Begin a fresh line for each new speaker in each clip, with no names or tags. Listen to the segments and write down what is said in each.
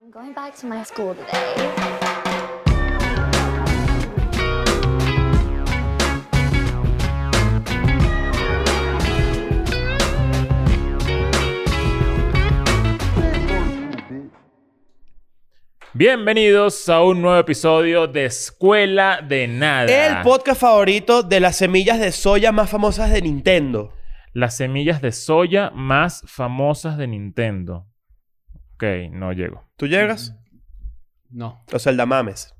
I'm going back to my school today.
Bienvenidos a un nuevo episodio de Escuela de Nada.
El podcast favorito de las semillas de soya más famosas de Nintendo.
Las semillas de soya más famosas de Nintendo. Ok, no llego.
¿Tú llegas?
No.
O sea, el Damames.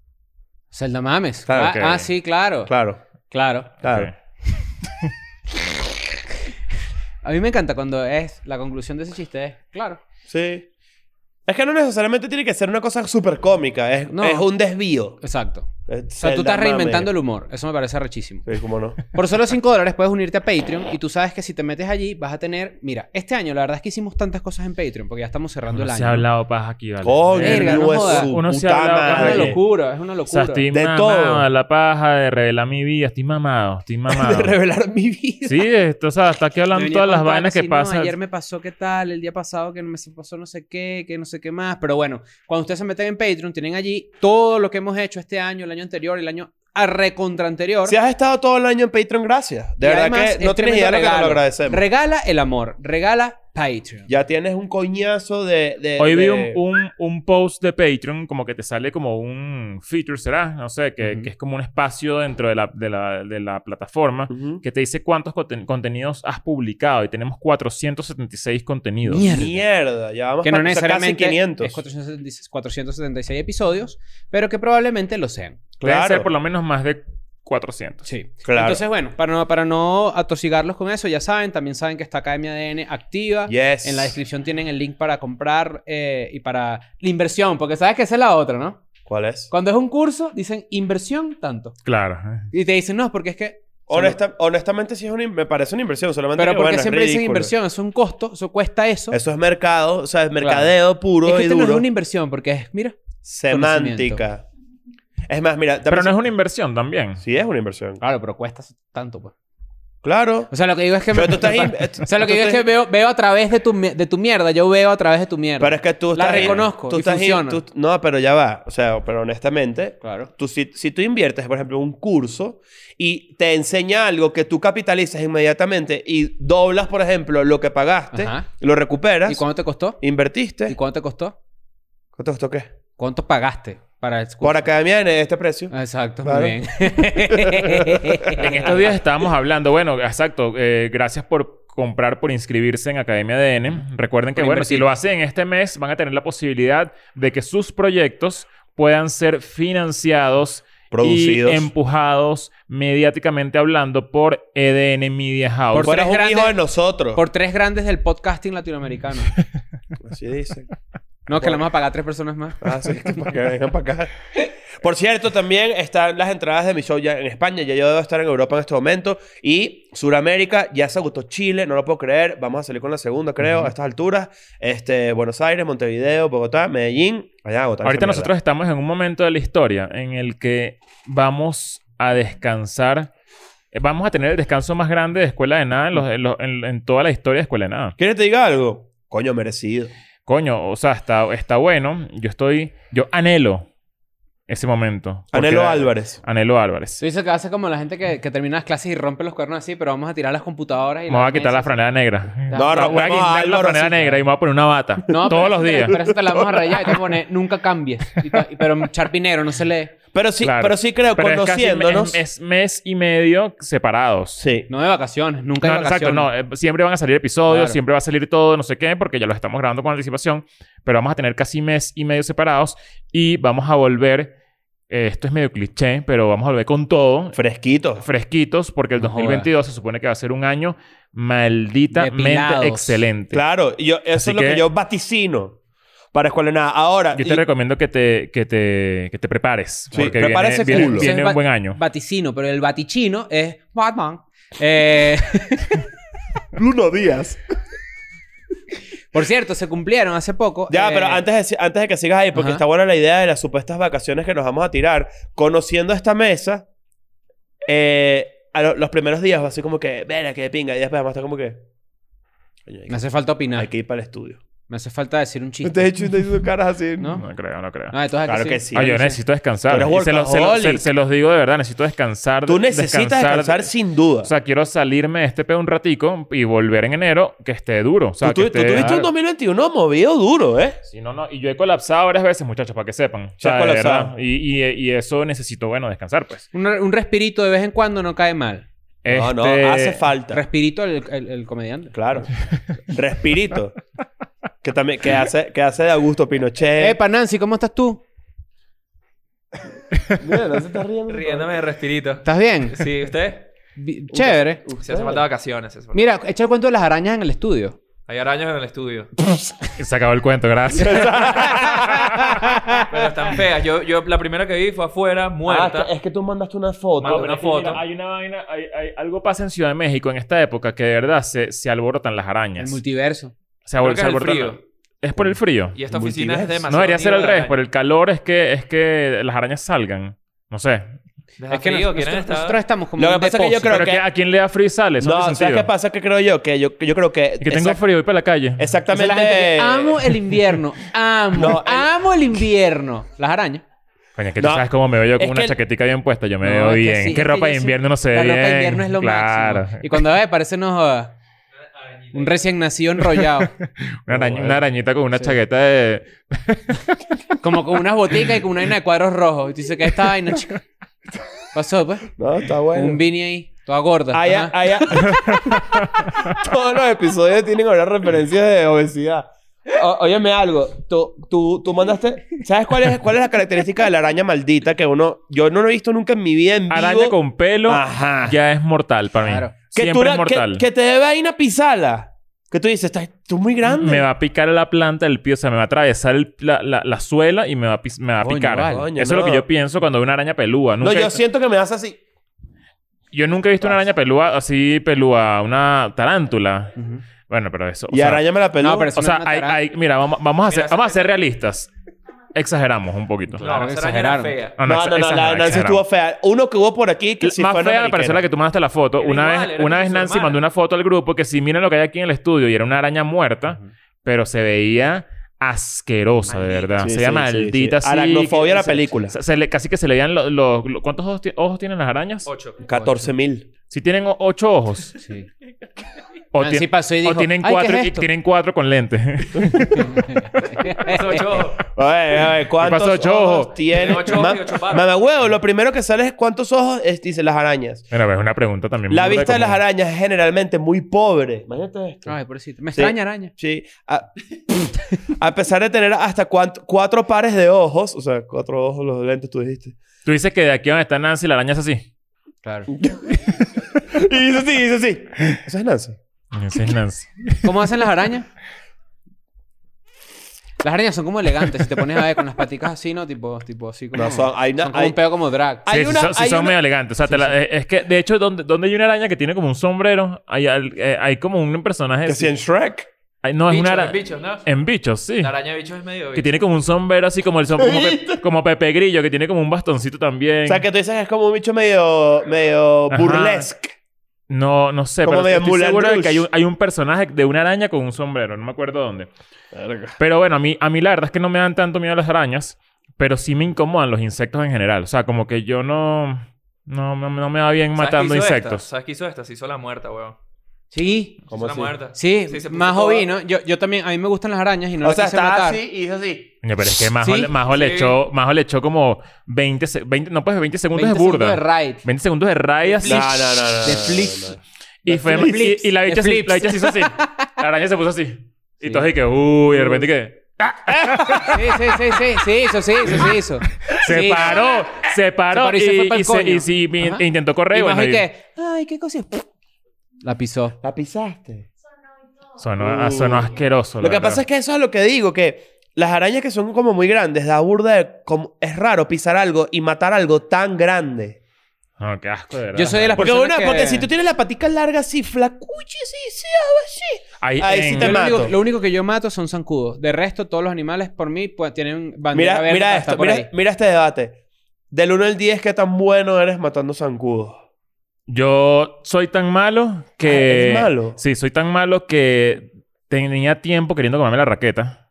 Zelda Mames.
Claro,
ah,
ok.
ah, sí, claro. Claro.
Claro, claro.
Ok.
A mí me encanta cuando es la conclusión de ese chiste es, claro.
Sí. Es que no necesariamente tiene que ser una cosa súper cómica. Es,
No.
es un desvío.
Exacto. O
Es
sea, tú
Zelda
estás reinventando
Mames.
el humor. Eso me parece rechísimo.
Sí, cómo no.
Por solo 5 dólares puedes unirte a Patreon y tú sabes que si te metes allí vas a tener... Mira, este año la verdad es que hicimos tantas cosas en Patreon porque ya estamos cerrando
Uno
el año.
se ha hablado paja aquí, ¿vale?
Coño,
Verga, no
hijo de
jodas.
su
Uno se
puta
ha hablado
Es
paja
madre.
una locura, es una
O
locura.
sea, estoy
De
mamado
todo.
de la paja, de revelar mi vida. Estoy mamado, estoy
De
mamado.
revelar mi vida.
sí, esto, o sea, está aquí hablando
Me venía
todas las
contando
vainas que
así, "No,
pasan.
ayer me pasó qué tal, el día pasado que no me pasó no sé qué, que no sé qué más. Pero bueno, cuando ustedes se meten en Patreon, tienen allí todo lo que hemos hecho este año, el año anterior, el año a recontra anterior.
Si has estado todo el año en Patreon, gracias. De
Y
verdad
además,
que no
es
tienes
tremendo
idea de lo que te lo
regalo.
agradecemos.
Regala el amor, regala Patreon.
ya tienes un coñazo de... de-
Hoy vi un,
de-
un, un post de Patreon, como que te sale como un feature, ¿será? No sé, que,
Ujú.
que es como un espacio dentro de la, de la, de la plataforma
Ujú.
que te dice cuántos conten- contenidos has publicado y tenemos 476 contenidos.
Mierda.
Mierda. Ya vamos
Que no
pa- casi
necesariamente
500.
es 476, 476 episodios, pero que probablemente lo sean.
Pueden
Claro.
ser por lo menos más de 400.
Sí.
Claro.
Entonces, bueno, para no, para no atosigarlos con eso, ya saben, también saben que está Academia ADN activa.
Yes.
En la descripción tienen el link para comprar eh, y para la inversión, porque sabes que esa es la otra, ¿no?
¿Cuál es?
Cuando es un curso, dicen inversión tanto.
Claro.
Y te dicen, no, porque es que.
Honesta- honestamente, sí es una, in- me parece una inversión. Solamente
Pero
que,
porque
bueno, es
siempre dicen
ridículo.
inversión, eso es un costo, eso cuesta eso.
Eso es mercado, o sea, es mercadeo puro
es que
y
esto
duro.
no es una inversión, porque es, mira,
Semántica. Es más, mira.
Pero no es una inversión también.
Sí, es una inversión.
claro, pero cuesta tanto, pues.
Claro.
O sea, lo que digo es que.
Pero tú estás. in-
o sea, lo que
tú
digo es que
estás-
veo, veo a través de tu, mi- de tu mierda, yo veo a través de tu mierda.
Pero es que tú
La
estás. in-
reconozco
tú
y
estás in-
funciona.
tú- no, pero ya va. O sea, pero honestamente.
Claro.
Tú, si, si tú inviertes, por ejemplo, un curso y te enseña algo que tú capitalizas inmediatamente y doblas, por ejemplo, lo que pagaste,
Ajá.
lo recuperas,
¿Y cuánto te costó?
invertiste.
¿Y cuánto te costó?
¿Cuánto costó qué?
¿Cuánto pagaste para el curso? Ah,
Por academia en este precio.
Exacto,
Claro.
muy bien.
En estos días estábamos hablando, bueno, exacto, eh, gracias por comprar, por inscribirse en Academia ADN. Recuerden que,
Por
bueno,
invertir.
si lo hacen este mes, van a tener la posibilidad de que sus proyectos puedan ser financiados
Producidos.
y empujados mediáticamente hablando por EDN Media House.
Por
Tú eres
tres
un hijo
grandes-
de nosotros.
Por tres grandes del podcasting latinoamericano.
Así dicen.
No, que le vamos a pagar a tres personas más.
Ah, sí, que para que vengan para acá. Por cierto, también están las entradas de mi show ya en España. Ya yo debo estar en Europa en este momento. Y Sudamérica, ya se agotó Chile, no lo puedo creer. Vamos a salir con la segunda, creo, a estas alturas. Este, Buenos Aires, Montevideo, Bogotá, Medellín. Allá agotaron
Ahorita
esa mierda.
nosotros estamos en un momento de la historia en el que vamos a descansar. eh, Vamos a tener el descanso más grande de Escuela de Nada en, los- en los- en- en toda la historia de Escuela de Nada.
¿Quieres que te diga algo? Coño, merecido.
Coño, o sea, está, está bueno. Yo estoy... Yo anhelo ese momento. Porque
Anhelo
era-
Álvarez.
Anhelo Álvarez.
Tú dices que hace como la gente que, que termina las clases y rompe los cuernos así, pero vamos a tirar las computadoras y
Me voy a
las
quitar la
mesas.
franela negra.
No,
Voy a-
rompemos
voy a
a
quitar la
Álvaro,
franela
sí.
negra y me voy a poner una bata.
No, pero
Todos
eso
los
te-
días.
Pero eso te la vamos a rayar y te pone, nunca cambies. Y te- y- pero en charpinero, no se lee.
Pero sí,
Claro.
pero sí creo,
Pero es casi-
conociéndonos.
es- es mes y medio separados.
Sí.
No de vacaciones, nunca
No,
de vacaciones.
exacto, no. eh, Siempre van a salir episodios,
Claro.
siempre va a salir todo, no sé qué, porque ya lo estamos grabando con anticipación. Pero vamos a tener casi mes y medio separados y vamos a volver. eh, esto es medio cliché, pero vamos a volver con todo.
Fresquito.
Fresquitos, porque el
No
2022 se supone que va a ser un año malditamente
Depilados.
excelente.
Claro. y yo- eso
Así
es lo que,
que-
yo vaticino para Escuela de Nada. Ahora,
Yo te
y-
recomiendo que te, que te, que te prepares.
Sí,
porque
prepara
viene,
ese
viene-
culo.
viene
Entonces,
un
va-
buen año.
Vaticino, pero el vatichino es Batman. Eh,
Bruno Díaz.
por cierto, se cumplieron hace poco.
Ya,
eh,
pero antes de, si- antes de que sigas ahí, porque
Ajá.
está buena la idea de las supuestas vacaciones que nos vamos a tirar. Conociendo esta mesa, eh, a lo- los primeros días va así como que, verá, que de pinga. Y después vamos a estar como que, "Coño, hay
Me
que,
hace falta
hay
opinar.
que ir para el estudio.
Me hace falta decir un chiste.
Te he hecho te hizo caras así.
¿No?
No creo, no creo.
Ah, entonces
Claro
aquí
que
sí.
sí.
Ah, yo
dice-
necesito descansar.
Tú eres
Y se, los, se los-
workaholic.
se- se los digo de verdad, necesito descansar.
Tú necesitas descansar, sin duda.
O sea, quiero salirme de este pedo un ratico y volver en enero que esté duro. O sea,
tú, tu-
que
tú
esté-
tuviste un
Claro.
2021 movido duro, ¿eh?
Sí, no, no. Y yo he colapsado varias veces, muchachos, para que sepan. O sea,
has
de
colapsado.
verdad. Y, y- y eso necesito, bueno, descansar, pues.
Un, un respirito de vez en cuando no cae mal.
No, no,
Este,
hace falta.
Respirito el, el- el comediante.
Claro. Respirito. que también que hace, que hace de Augusto Pinochet.
Epa, Nancy, ¿cómo estás tú?
Mira, no se está riendo.
Riéndome de respirito.
¿Estás bien?
Sí, ¿usted?
Bi- Chévere.
Se hace falta vacaciones. se hace falta.
Mira, echa el cuento de las arañas en el estudio.
Hay arañas en el estudio.
Se acabó el cuento, gracias.
Pero están feas. Yo, yo la primera que vi fue
Ah,
afuera, muerta.
Ah, es que tú mandaste una foto.
Mando una
Es que, mira,
foto.
hay una vaina, hay, hay- algo pasa en Ciudad de México en esta época que de verdad se, se alborotan las
El
arañas.
multiverso.
Se,
Creo
abor-
que
se
es el
alborotan.
frío.
Es por el frío.
Y esta oficina es demasiado.
No debería ser al
nido de
revés, por
araña.
el calor es que es que las arañas salgan. No sé.
Les da
Es que
frío,
nos-
quieren
nosotros,
estar-
nosotros estamos como
Lo
en
que
un
pasa es que yo
depósito.
creo
Pero que, a quién le da frío y sale, eso no,
No,
tiene sentido.
¿sabes qué pasa? Que creo yo que yo, yo creo que.
Y que tengo
exact-
frío, voy para la calle.
Esa es
Exactamente.
la gente que amo el invierno. Amo.
No, el-
Amo el invierno. Las arañas.
Coño, es que
No,
tú sabes cómo me veo yo con
es
una
que el-
chaquetica bien puesta. Yo me
No,
veo
es que
bien.
sí,
¿Qué
es que
ropa de
yo sí-
invierno no se ve
La
bien?
ropa de invierno es lo
claro.
máximo. Y cuando ve, parece unos, ah, un recién nacido enrollado.
Una, arañ- una arañita con una chaqueta de...
como con unas boticas y con una vaina de cuadros rojos. Y tú dices que esta vaina, chica. Pasó, pues.
No, está
Con
bueno.
Un beanie ahí. Toda gorda.
Hay-
ajá.
hay- Todos los episodios tienen ahora referencias de obesidad. O- óyeme algo. Tú, tú, tú mandaste. ¿Sabes cuál es, cuál es la característica de la araña maldita que uno. Yo no lo he visto nunca en mi vida en vivo?
Araña con pelo
Ajá.
ya es mortal para mí.
Ah. Claro.
Siempre
tú la-
es mortal.
Que, que te debe ahí una pisala. Que tú dices, estás tú muy grande.
Me va a picar la planta del pie. O sea, me va a atravesar el- la, la- la suela y me va a, pis- me va a
Coño,
picar.
vale.
Coño,
Eso es lo que
no.
yo pienso cuando veo una araña pelúa.
no,
Nunca he-
yo siento que me das así.
Yo nunca he visto una araña pelúa así pelúa, una tarántula.
Ujú.
Bueno, pero eso. o
Y
sea,
araña me la peló.
No, pero-
O
Una-
sea,
una
hay,
tarántula.
hay- mira, vamos, vamos a ser,
Mira,
vamos a ser realistas. Exageramos un poquito.
Claro,
que
esa araña era
exageraron.
fea.
no, no,
exa-
no, la de
exageramos,
Nancy estuvo
exageramos.
fea. Uno que hubo por aquí que sí
más
fue
fea me pareció la que tú mandaste la foto.
Era
Una
igual,
vez,
era
una
como
vez
su
Nancy
hermana.
mandó una foto al grupo que sí, miren lo que hay aquí en el estudio y era una araña muerta, pero se veía asquerosa, de
Maldita.
verdad.
Sí,
se veía
sí, sí, sí.
maldita así.
Aracnofobia la
Se-
película.
se- se le- casi que se le veían los... los- los- ¿Cuántos ojos, ti- ojos tienen las arañas?
Ocho.
14 mil.
Si tienen o- ocho ojos.
Sí.
O,
Nancy
tien-
pasó y
o
dijo,
tienen,
"Ay, ¿qué
cuatro,
es
y
esto?"
tienen cuatro con lentes.
Esos ocho.
Oye, oye, ¿cuántos
pasó, ocho
ojos
ojos?
tiene?
Tiene ocho
Ma-
ojos y ocho patas.
Mamá huevo, lo primero que sale es cuántos ojos es, dice las arañas.
Mira, pues, es una pregunta también.
La
burda
vista de
como-
las arañas es generalmente muy pobre. Imagínate esto.
Ay, pobrecito. Me
Sí.
extraña araña.
Sí. A, a pesar de tener hasta cuant- cuatro pares de ojos, o sea, cuatro ojos los lentes tú dijiste.
Tú dices que de aquí donde está Nancy la araña es así.
Claro.
Y dice sí, dice sí. Eso es Nancy.
Esa es Nancy.
¿Cómo hacen las arañas? Las arañas son como elegantes. Si te pones a ver con las paticas así, ¿no? Tipo, tipo así como...
No, son- hay una-
son como
hay-
un pedo como drag.
Hay
Sí, sí
una-
son, sí
hay
son
una-
medio elegantes. O sea, te la- eh, es que, de hecho, donde, donde hay una araña que tiene como un sombrero, hay, al- eh, hay como un personaje...
Que si en Shrek.
Ay, no, es
Bichos,
una ara-
los bichos, ¿no?
En bichos, sí.
La araña de bichos es medio
Que
bicho.
tiene como un sombrero así como el som- como, Pe- como Pepe Grillo, que tiene como un bastoncito también.
O sea, que tú dices que es como un bicho medio, medio
Ajá.
burlesque.
No, no sé,
Como
pero
medio
estoy seguro de
Moulin
que hay un,
Rouge.
hay un personaje de una araña con un sombrero, no me acuerdo dónde. Pero bueno, a mí, a mí la verdad es que no me dan tanto miedo las arañas, pero sí me incomodan los insectos en general. O sea, como que yo no, no, no, no me va bien
¿Sabes qué
matando
hizo esta?
insectos.
¿Sabes qué hizo esta? Se hizo la muerta, weón.
Sí.
Se hizo la muerta.
Sí,
se puso
más
toda-
hobby, ¿no? Yo, yo también... A mí me gustan las arañas y no
o
las
sea,
quise
está
matar.
así y hizo así.
Coño, pero es que Majo,
Sí,
Majo le
sí.
echó, Majo le echó como 20, se- 20 no pues 20 segundos
20
de burda.
segundos de ride.
20 segundos de rayas
No, no, no, no.
De
no,
flips.
no.
y, fue, y,
flips.
y la bicha
De
se-
flips.
la bicha se hizo así. La araña se puso así. Y
Sí.
todos y que, uy, y de repente que...
Sí, sí, sí, sí, sí, eso, sí, eso, sí, eso.
Se
Sí.
paró, se paró
paró
y,
y se fue pa'l
y se-
coño.
y sí, mi-
Ajá.
intentó correr.
Y
bueno,
más
y-
que, ay, qué cosa. La pisó.
La pisaste.
Sonó, ah, sonó
Uh.
asqueroso.
Lo que pasa es que eso es lo que digo, que las arañas que son como muy grandes, da burda de como- es raro pisar algo y matar algo tan grande.
No, qué asco, de verdad.
Yo soy de las
Porque,
personas
bueno,
que...
porque si tú tienes la patica larga así, flacuchi, sí, sí, algo así.
Ahí,
Ahí sí
en-
te
Yo lo,
mato.
único, lo único que yo mato son zancudos. De resto, todos los animales, por mí, pues, tienen bandera
Mira,
verde
mira
para estar
esto,
por
mira,
ahí.
mira este debate. Del 1 al 10, ¿qué tan bueno eres matando zancudos?
Yo soy tan malo que...
Ah, ¿eres malo?
Sí, soy tan malo que tenía tiempo queriendo comerme la raqueta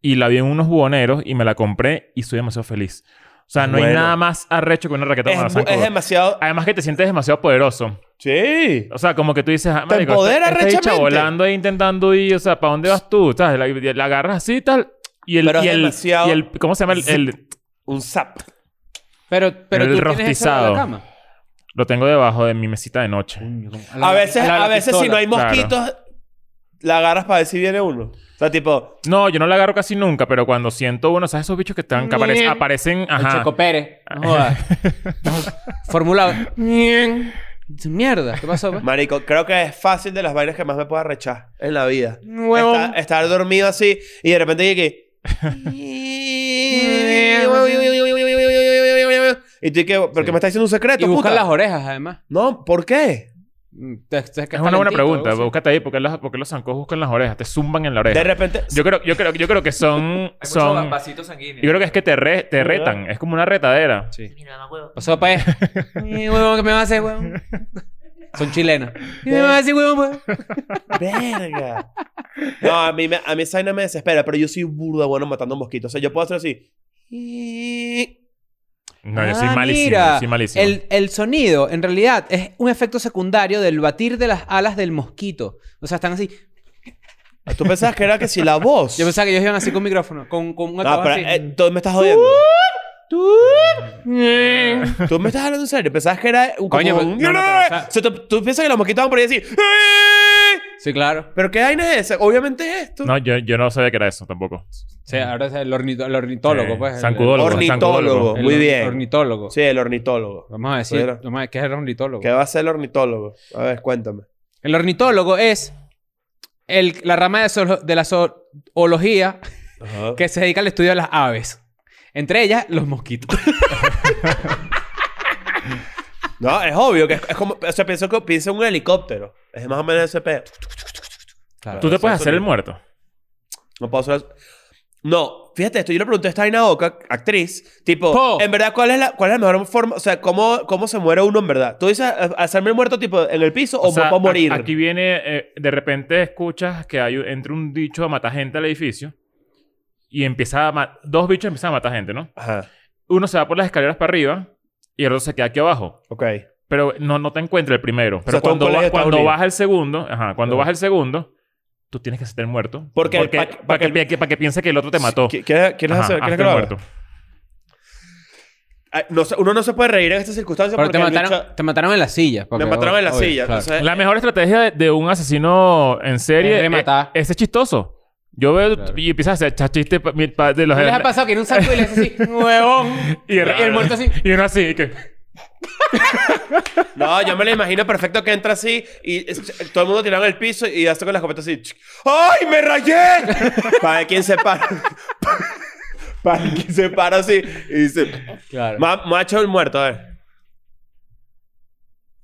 y la vi en unos buhoneros y me la compré y soy demasiado feliz. O sea, no hay
Bueno.
nada más arrecho que una raqueta
Es,
con
mu- es demasiado.
Además que te sientes demasiado poderoso.
Sí.
O sea, como que tú dices... Ah,
Te
marico,
empodera
esta- esta bicha
rechamente.
volando e intentando ir. O sea, ¿para dónde vas tú? ¿Sabes? La, la agarras así y tal. Y el...
Pero es
y el,
demasiado-
y el- ¿Cómo se llama? El, el-
Un zap.
Pero, pero
El
tú tienes eso en
rostizado.
la cama.
lo tengo debajo de mi mesita de noche.
A veces, a veces si no hay
Claro.
mosquitos, la agarras para ver si viene uno. O sea, tipo,
No, yo no la agarro casi nunca, pero cuando siento uno, ¿sabes esos bichos que están que apare-
Bien.
aparecen?
El
Ajá.
Checo Pérez. No jodas. Formulado. Dice, Mierda. ¿Qué pasó? pues?
marico, creo que es fácil de las vainas que más me puedo arrechar en la vida.
Huevón.
Estar- estar dormido así y de repente llegué. y tú y que, ¿pero qué me estás diciendo un secreto,
Y buscan
puta?
las orejas, además. Mm,
no, ¿por qué?
Es una buena pregunta. pues. Búscate ahí. ¿Por qué, las- por qué los zancos buscan las orejas? Te zumban en la
De
oreja.
repente.
Yo creo, yo creo, yo creo que son...
Hay muchos
son
vasitos sanguíneos.
yo creo que es que te, re- te retan. Es como una retadera.
Sí. Pasó para allá. Eh, huevón, ¿qué me vas a hacer, huevón? Son chilenas. ¿Qué me vas a hacer, huevón? huevón?
pues?
Verga. No, a mí, me, a mí esa vaina me desespera, pero yo soy burda bueno matando mosquitos. O sea, yo puedo hacer así.
No, yo
Ah,
soy malísimo.
mira.
yo soy malísimo.
El, el sonido, en realidad, es un efecto secundario del batir de las alas del mosquito. O sea, están así.
Tú pensabas que era que si la voz.
Yo pensaba que ellos iban así con micrófono, con, con un
no,
altavoz
pero
así. Uh.
eh, tú me estás jodiendo.
Tú.
Tú me estás hablando en serio. Pensabas que era un
Coño,
como
pero-
un-
no, no, pero, o sea-
O sea, tú, tú piensas que los mosquitos van por ahí así. ¡Eh!
Sí, claro.
¿Pero qué vaina es esa? Obviamente es esto.
No, yo, yo no sabía que era eso tampoco.
Sí, ahora es el, ornito- el ornitólogo,
Eh,
pues. el-
zancudólogo,
Ornitólogo.
zancudólogo.
el-
Muy
el
bien.
ornitólogo.
Sí, el
Ah,
ornitólogo.
Vamos a decir,
Era.
vamos a ver, ¿qué es el ornitólogo?
¿Qué va a ser el ornitólogo? A ver, cuéntame.
El ornitólogo es el- la rama de, zoolo- de la zoología que se dedica al estudio de las aves. Entre ellas, los mosquitos.
No, es obvio que es, es como. O sea, pienso que piensa en un helicóptero. Es más o menos ese pedo.
Claro.
Tú te
eso
puedes
es
hacer el
horrible.
muerto.
No puedo hacer. No, fíjate esto. Yo le pregunté a esta Aina Oca, actriz, tipo,
Po.
en verdad, ¿cuál es, la, ¿cuál es la mejor forma? O sea, ¿cómo, cómo se muere uno en verdad? ¿Tú dices eh, hacerme el muerto, tipo, en el piso o,
sea,
puedo morir?
a- Aquí viene, eh, de repente escuchas que hay, entra un bicho a matar gente al edificio y empieza a ma- dos bichos empiezan a matar gente, ¿no?
Ajá,
Uno se va por las escaleras para arriba y el otro se queda aquí abajo.
ok.
Pero no, no te encuentra el primero. Pero
sea, todo un
cuando, va-
colegio está
cuando
unido.
vas al segundo, ajá, cuando
Ajá.
vas al segundo, tú tienes que hacerte el muerto.
Porque- pa-
para
pa-
que, pi- que- pa' que piense que el otro te mató.
¿Qui- ¿Quieres, quieres
Oh. Ajá,
hacer? ¿Quieres
hazte
que
el
lo haga?
muerto.
Ay, no sé, uno no se puede reír en estas circunstancias
Pero
porque
te
el
mataron,
bicho-
te mataron en la silla.
me
porque,
mataron en la
obvio,
silla.
claro.
entonces-
La mejor estrategia de, de un asesino en serie e-
Es rematar.
es, es chistoso. Yo veo y empiezas a hacer chistes pa- mi- pa- de los
¿No les ha pasado que en un saco y le haces así, huevón?
y, el,
Y el muerto así.
Y uno así. y que-
No, yo me lo imagino perfecto que entra así y es- todo el mundo tirado en el piso y hace con la escopeta así. ch- ¡Ay, me rayé! Para ver quién se para. Para ver quién se para así y dice.
Claro.
"Ma- Macho el muerto, a ver.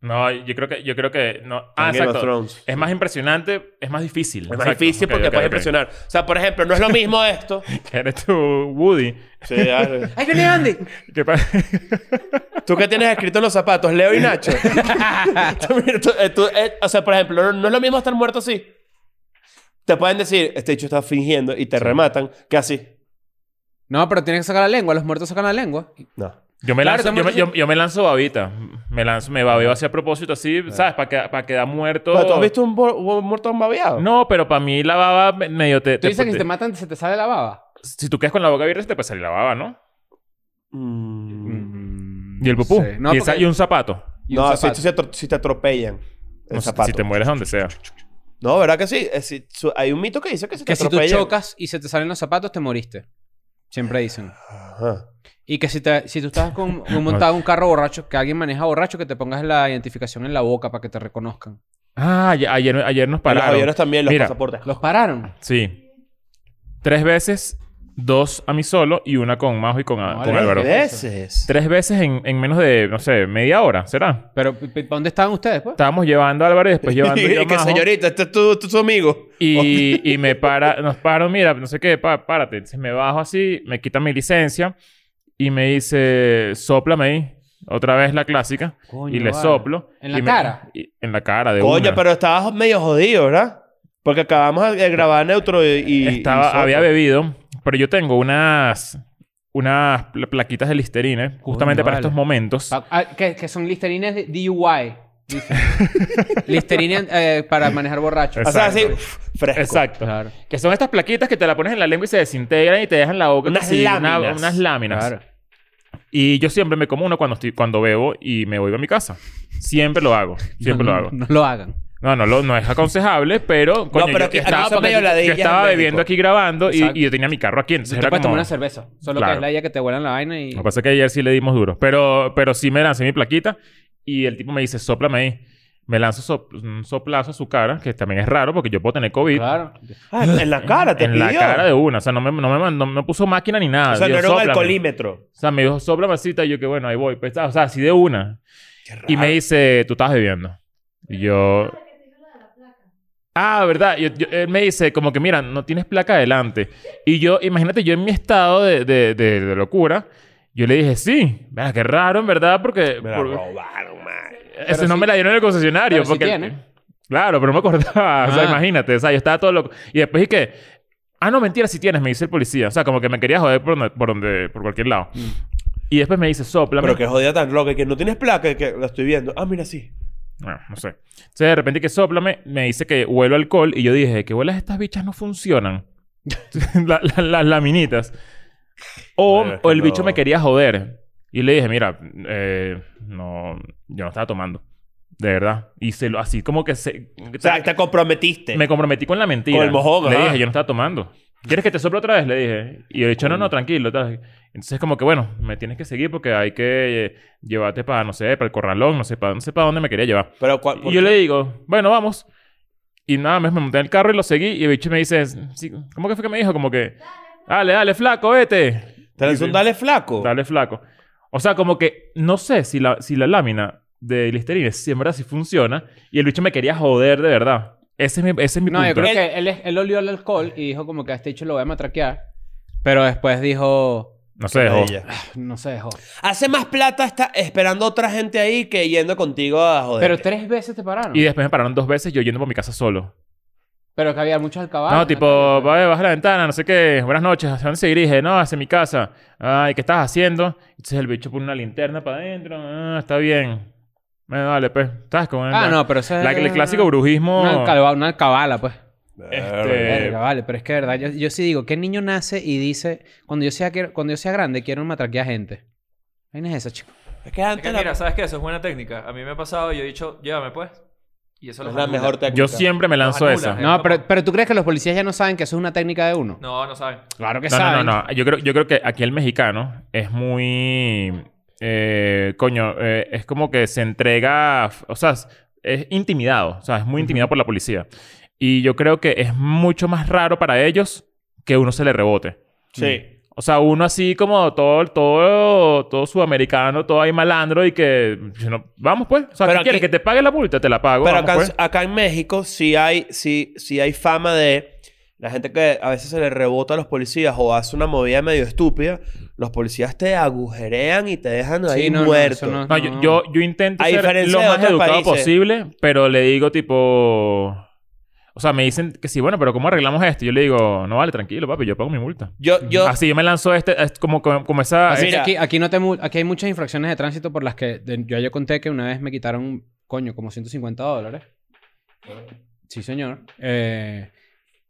No, yo creo que. Yo creo que no. Ah,
En Game of
exacto.
Thrones.
Es más impresionante, es más difícil.
Es más difícil porque puedes impresionar. O sea, por ejemplo, no es lo mismo esto.
Eres tú, Woody.
Sí, dale.
¡ay, viene Andy!
¿Qué pasa?
¿Tú qué tienes escrito en los zapatos? Leo y Nacho. Tú, mira, tú, eh, tú, eh, o sea, por ejemplo, no, no es lo mismo estar muerto así. Te pueden decir, este hecho está fingiendo y te rematan, que así.
No, pero tienes que sacar la lengua. Los muertos sacan la lengua.
No.
Yo me,
Claro, te
lanzo, yo, me,
mueres
yo, yo me lanzo babita. Me lanzo, me babeo así a propósito, así, ¿sabes? Para que, para quedar muerto.
Pero, ¿Tú has visto un, bo- un muerto babeado?
No, pero para mí la baba me- medio te.
Tú dices que si te matan se te sale la baba.
si tú quedas con la boca abierta, se te puede salir la baba, ¿no?
Mm.
Y el pupú.
sé. No,
y, esa-
porque-
y un zapato.
Y un
No, si,
zapato.
si atro- si te atropellan. El
No, si-
zapato.
Si te mueres donde sea.
No, ¿verdad que sí? Eh, si- su- hay un mito que dice que si te
Que si tú
atropellan.
chocas y se te salen los zapatos, te moriste. Siempre dicen.
Ajá.
Y que si, te- si tú estás con, con montado en un carro borracho, que alguien maneja borracho, que te pongas la identificación en la boca para que te reconozcan.
Ah, ya- ayer, ayer nos
Para
pararon.
los aviones también, los
Mira,
pasaportes.
Los pararon.
Sí. Tres veces dos a mí solo y una con Majo y con, a-
No,
con
vale.
Álvaro.
Ve.
veces.
Tres veces en, en menos de, no sé, media hora, ¿será?
Pero, ¿p- p- ¿dónde estaban ustedes, pues?
Estábamos llevando a Álvaro y después llevando yo a
y que
Majo.
señorita, este es tu, tu, tu amigo.
Y, y me para, nos paro, mira, no sé qué, pa- párate. Entonces me bajo así, me quita mi licencia y me dice, soplame ahí. Otra vez la clásica.
Coño,
y le
vale.
soplo.
¿En la
y me-
cara?
y- en la cara, de
Coño,
una.
pero estabas medio jodido, ¿verdad? Porque acabamos de grabar neutro y. y- y
Estaba,
sopa.
había bebido, pero yo tengo unas, unas pla- plaquitas de Listerine justamente para
vale.
estos momentos.
Pa- ah, que, que son listerines de DUI. dicen. Listerines eh, para manejar borracho.
O sea, así,
Exacto.
fresco.
Exacto.
Claro.
Que son estas plaquitas que te la pones en la lengua y se desintegran y te dejan la boca.
Unas
así, una-
láminas.
unas láminas.
Claro.
Y yo siempre me como uno cuando, estoy, cuando bebo y me voy a mi casa. Siempre lo hago.
No,
Siempre lo
no,
hago.
No lo hagan.
No, no, lo- no es aconsejable, pero... coño,
pero
yo
aquí- acá son
porque
medio
yo- yo
ladillas en
estaba
México.
bebiendo aquí grabando y,
Exacto.
y yo tenía mi carro aquí. Entonces
Te
era
puedes
como...
tomar una cerveza. Solo que
Claro.
es la idea que te vuelan la vaina y...
Lo que pasa es que ayer sí le dimos duro. Pero, pero sí me lancé mi plaquita y el tipo me dice, soplame ahí. Me lanzo sop- un soplazo a su cara, que también es raro porque yo puedo tener COVID.
Claro.
Ah, en la cara, te
en
pidió.
la cara de una. O sea, no me, no me, mandó- no me puso máquina ni nada.
O sea, no
Dijo,
era un
"Sóplame".
alcoholímetro.
O sea, me dijo, soplame así. Y yo que bueno, ahí voy. Pues, ah, o sea, así de una. Y me dice, tú estás bebiendo. Y yo... Ah, verdad. Yo- yo- él me dice como que, mira, no tienes placa adelante. Y yo, imagínate, yo en mi estado de, de- de- de locura, yo le dije, sí. Mira, qué raro, en verdad, porque...
Me la
por-
robaron, man.
eso
Pero
no
sí-
me la dieron en el concesionario.
pero sí
porque,
tiene.
Claro, pero no me acordaba. O sea,
Ah.
imagínate. O sea, yo estaba todo loco. Y después dije que... Ah, no, mentira, si tienes, me dice el policía. O sea, como que me quería joder por donde... Por, donde, por cualquier lado.
Mm.
Y después me dice, sopla.
Pero que jodida tan loca, que no tienes placa, que la estoy viendo. Ah, mira, sí.
Bueno, no sé. Entonces, de repente que soplame, me dice que huelo alcohol. Y yo dije, que huelas estas bichas no funcionan. La- la- las laminitas. O,
Bueno, es que
o el
no.
bicho me quería joder. Y le dije, mira, eh, no, yo no estaba tomando. De verdad. Y se lo, así como que se...
O sea, te comprometiste.
Me comprometí con la mentira.
Con el mojón,
Le
ajá.
dije, yo no estaba tomando. ¿Quieres que te sople otra vez? Le dije. Y el dicho, no, no, tranquilo. tal. Entonces, como que, bueno, me tienes que seguir porque hay que eh, llevarte para, no sé, para el corralón, no sé para, no sé para dónde me quería llevar.
Pero, ¿cuál- Ah, por
Y yo
qué?
le digo, bueno, vamos. Y nada más me monté en el carro y lo seguí. Y el bicho me dice, sí, ¿cómo que fue que me dijo? Como que, dale, dale, flaco, vete.
Te lanzó un dale flaco.
Dale, flaco. O sea, como que no sé si la, si la lámina de Listerine, si en verdad sí funciona. Y el bicho me quería joder de verdad. Ese es mi, ese es mi
No, yo
punto.
creo que él, es- él olió el alcohol y dijo como que a este hecho lo voy a matraquear. Pero después dijo...
No sé, jo.
Ella.
No se dejó.
Hace más plata está esperando otra gente ahí que yendo contigo a joder.
Pero tres veces te pararon.
Y después me pararon dos veces yo yendo por mi casa solo.
Pero que había muchos alcabados.
no, tipo, va baja la ventana, no sé qué. Buenas noches, ¿hacia dónde se dirige? No, hacia mi casa. Ay, ¿qué estás haciendo? Entonces el bicho pone una linterna para adentro. Ah, está bien. Bueno, dale, pues. Estás con
Ah, no, eh, pero ese es...
La- el clásico brujismo.
Una, alcaba- una alcabala, pues.
este- Eh,
Verga, vale, pero es que de verdad, yo, yo sí digo, ¿qué niño nace y dice, cuando yo sea, quiero- cuando yo sea grande, quiero matraquear gente? Ahí no es eso, chico.
Es que
Es
antes
que,
la-
mira, ¿sabes qué? Eso es buena técnica. A mí me ha pasado y yo he dicho, llévame pues. Y eso
es
los
la
anula.
mejor técnica.
Yo siempre me lanzo
Los
esa.
anula, eh.
No, pero, pero tú crees que los policías ya no saben que eso es una técnica de uno.
No, no saben.
Claro que
No, no,
saben.
no, no. Yo creo, yo creo que aquí el mexicano es muy. eh, coño, eh, es como que se entrega. O sea, es- es intimidado. O sea, es muy intimidado por la policía. Y yo creo que es mucho más raro para ellos que uno se le rebote.
Sí.
O sea, uno así como todo, todo, todo sudamericano, todo ahí malandro y que. yo no- vamos pues. O sea,
Pero
¿qué quieres?
aquí-
¿Que te pague la multa? Te la pago.
Pero
vamos,
acá,
pues.
acá en México sí hay, sí, sí hay fama de la gente que a veces se le rebota a los policías o hace una movida medio estúpida. Los policías te agujerean y te dejan ahí
Sí, no, no,
muerto.
eso no-
No, yo, yo, yo intento
A
ser
diferencia
lo
de
más
otros
educado
países.
posible, pero le digo tipo... O sea, me dicen que sí, bueno, pero ¿cómo arreglamos esto? Yo le digo, no vale, tranquilo, papi, yo pago mi multa.
Yo, yo,
Así yo me lanzo este, es como, como, como esa...
Así que
mira.
aquí, aquí, no te mu- aquí hay muchas infracciones de tránsito por las que de- yo ya conté que una vez me quitaron, coño, como 150 dólares. Sí, señor. Eh,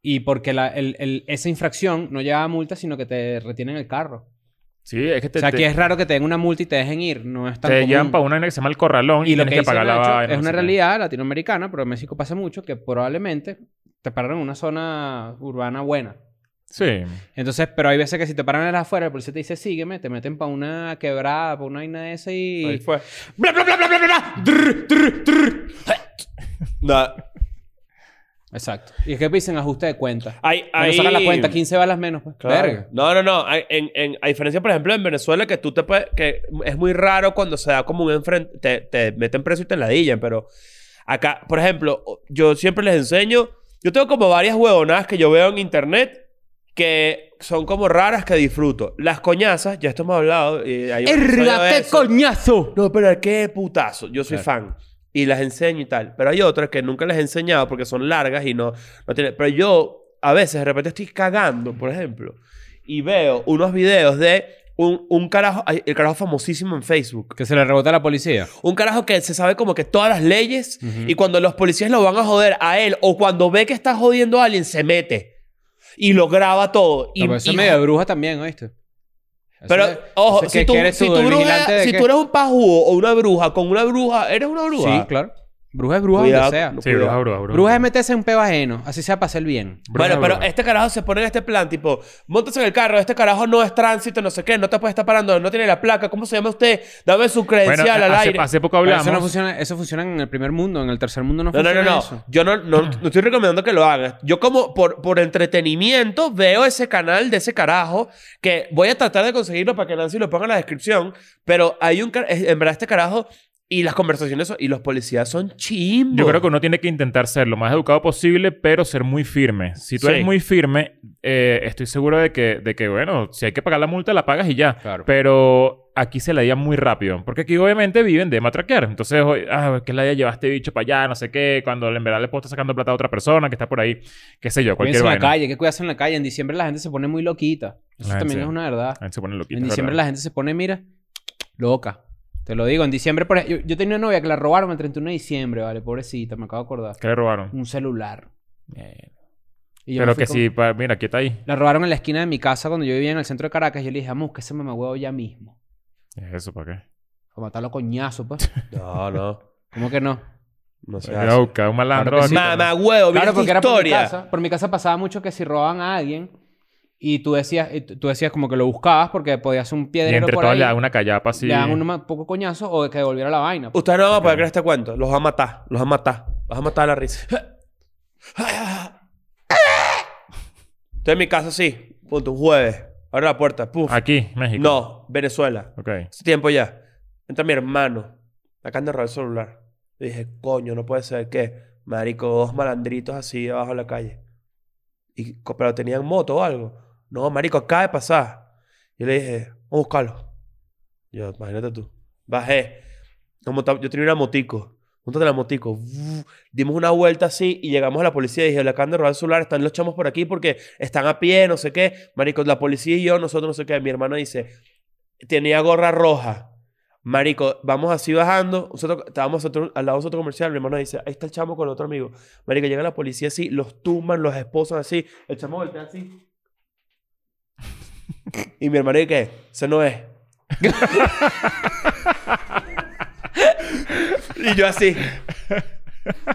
y porque la- el- el- esa infracción no lleva a multa, sino que te retienen el carro.
sí, es que te,
o sea,
te-
aquí es raro que te den una multa y te dejen ir. No es tan
te
común.
llevan para una vaina que se llama el corralón y,
Y lo que,
tienes que
dice
pagar la
Nacho
vaina.
es
no
una
sé qué.
realidad latinoamericana, pero en México pasa mucho que probablemente te pararon en una zona urbana buena.
Sí.
Entonces, pero hay veces que si te paran en las afuera, el policía te dice, sígueme, te meten para una quebrada, para una vaina de esa
Ahí
y...
fue.
¡Bla, bla, bla, bla, bla, bla, bla! Drr, drr, drr.
No,
Exacto. Y es que dicen ajuste de cuenta.
Hay,
Cuando
hay...
sacan la cuenta, 15 balas menos. Pues.
Claro.
Verga.
No, no, no. Hay- En, en- a diferencia, por ejemplo, en Venezuela, que tú te puedes- que es muy raro cuando se da como un enfrente, te, te meten preso y te enladillan, pero acá, por ejemplo, yo siempre les enseño, yo tengo como varias huevonadas que yo veo en internet que son como raras que disfruto. Las coñazas, ya esto hemos hablado. Y hay un episodio de eso.
coñazo!
No, pero qué putazo. Yo soy fan. Y las enseño y tal. Pero hay otras que nunca les he enseñado porque son largas y no, no tienen. Pero yo a veces de repente estoy cagando, por ejemplo, y veo unos videos de un, un carajo, ay, el carajo famosísimo en Facebook.
Que se le rebota a la policía.
Un carajo que se sabe como que todas las leyes y cuando los policías lo van a joder a él o cuando ve que está jodiendo a alguien, se mete y lo graba todo. Y,
Pero eso
y-
es medio de bruja también, ¿oíste? Eso
pero,
es-
ojo,
eso es que-
si tú,
que eres
si,
tú,
tú
el
bruja-
vigilante de
si
que-
tú eres un pajugo o una bruja con una bruja, eres una bruja.
Sí, claro. Bruja es bruja
Cuidado.
donde sea.
No,
Sí,
cuidado.
bruja, bruja, bruja.
Bruja es meterse en un peo ajeno. Así sea para hacer bien.
Bruja,
bueno, pero
bruja.
este carajo se pone en este plan, tipo, montas en el carro, este carajo no es tránsito, no sé qué, no te puede estar parando, no tiene la placa, ¿cómo se llama usted? Dame su
Bueno,
credencial al
hace,
aire.
hace poco
Pero
hablamos.
Eso no funciona. Eso funciona en el primer mundo. En el tercer mundo no,
No, no,
funciona
no, no.
eso.
Yo no, no, no estoy recomendando que lo hagas. Yo como por, por entretenimiento veo ese canal de ese carajo que voy a tratar de conseguirlo para que Nancy lo ponga en la descripción, pero hay un... car- En verdad este carajo y las conversaciones son- y los policías son chimbos.
Yo creo que uno tiene que intentar ser lo más educado posible, pero ser muy firme. Si tú
Sí.
eres muy firme, eh, estoy seguro de que, de que, bueno, si hay que pagar la multa, la pagas y ya.
Claro.
Pero aquí se la día muy rápido. Porque aquí obviamente viven de matraquear. Entonces, hoy, ah, que la día llevaste bicho para allá, no sé qué. Cuando en verdad le puedo estar sacando plata a otra persona que está por ahí. Qué sé
Cuídense
yo, cualquier
en la
vaina.
calle. que cuidarse en la calle? En diciembre la gente se pone muy loquita. Eso
Ah, en
también
serio.
es una verdad.
Ahí se pone loquito,
En diciembre
¿verdad?
la gente se pone, mira, loca. Te lo digo. En diciembre, por ejemplo, yo, yo tenía una novia que la robaron el 31 de diciembre, ¿vale? Pobrecita, me acabo de acordar.
¿Qué le robaron?
Un celular. Y yo me
Pero
fui
que
con-
sí, pa- mira, aquí está ahí.
La robaron en la esquina de mi casa cuando yo vivía en el centro de Caracas. Yo le dije, vamos, que ese mamagüevo ya mismo.
Eso, ¿para qué?
Para matarlo a coñazo, pues.
No, no.
¿Cómo que no?
No se
Voy a
hace.
buscar un malandro.
Claro que sí.
aquí.
Mamá huevo, mira
Claro, porque
esta
era por mi
historia.
casa. Por mi casa pasaba mucho que si robaban a alguien y tú decías, y tú tú decías como que lo buscabas porque podías un
y
piedrero
entre
por
todas
ahí.
le dan una callapa así.
Le dan un ma- poco coñazo o que devolviera la vaina. pues.
Ustedes no van a poder creer este cuento. Los va a matar. Los va a matar. Los va a matar a la risa. Estoy en mi casa, sí. Punto. Un jueves. Abre la puerta. Puf.
Aquí, México.
No. Venezuela.
Ok.
Hace tiempo ya. Entra mi hermano. Acaban de robar el celular. Y dije, coño, no puede ser que... Marico, dos malandritos así abajo de la calle. Y, co- pero tenían moto o algo. No, marico, acaba de pasar. Yo le dije, vamos a buscarlo. Yo, imagínate tú. Bajé. Nos monta- yo tenía una motico. Montate la motico. Uf. Dimos una vuelta así y llegamos a la policía. Y dije, le acaban de robar el celular. Están los chamos por aquí porque están a pie, no sé qué. Marico, la policía y yo, nosotros no sé qué. Mi hermano dice, tenía gorra roja. Marico, vamos así bajando. Nosotros estábamos otro- al lado de otro comercial. Mi hermano dice, ahí está el chamo con otro amigo. Marico, llega la policía así, los tumban, los esposan así. El chamo voltea así. y mi hermano dice, ¿qué? Ese no es. y yo así.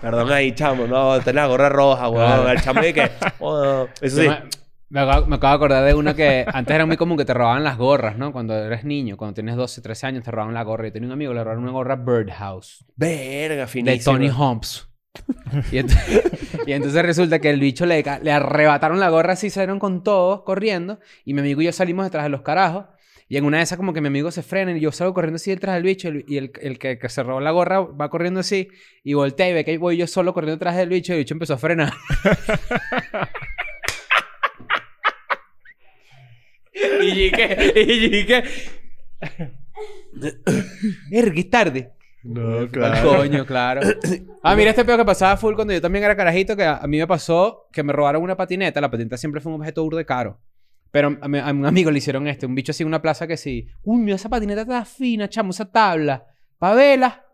Perdón ahí, chamo. No, tenés la gorra roja, weón. El chamo dice que... "Oh, eso
Yo
sí.
me, me acabo, me acabo de acordar de una que antes era muy común que te robaban las gorras, ¿no? Cuando eres niño, cuando tienes 12, 13 años, te robaban la gorra. Yo tenía un amigo, que le robaron una gorra Birdhouse
Verga,
de
finísimo.
Tony Humps. Y, ent- y entonces resulta que el bicho le, ca- le arrebataron la gorra así, salieron con todos corriendo. Y mi amigo y yo salimos detrás de los carajos. Y en una de esas, como que mi amigo se frena y yo salgo corriendo así detrás del bicho. el- Y el, el que, que se robó la gorra va corriendo así y voltea y ve que voy yo solo corriendo detrás del bicho. Y el bicho empezó a frenar.
Y que, y que.
Ergue, tarde.
No,
Coño, claro. Ah, mira este pedo que pasaba full cuando yo también era carajito, que a, a mí me pasó que me robaron una patineta. La patineta siempre fue un objeto burde caro. Pero a, mi- a un amigo le hicieron este, un bicho así en una plaza que sí. Uy, mira esa patineta está fina, chamo, esa tabla. Pavela.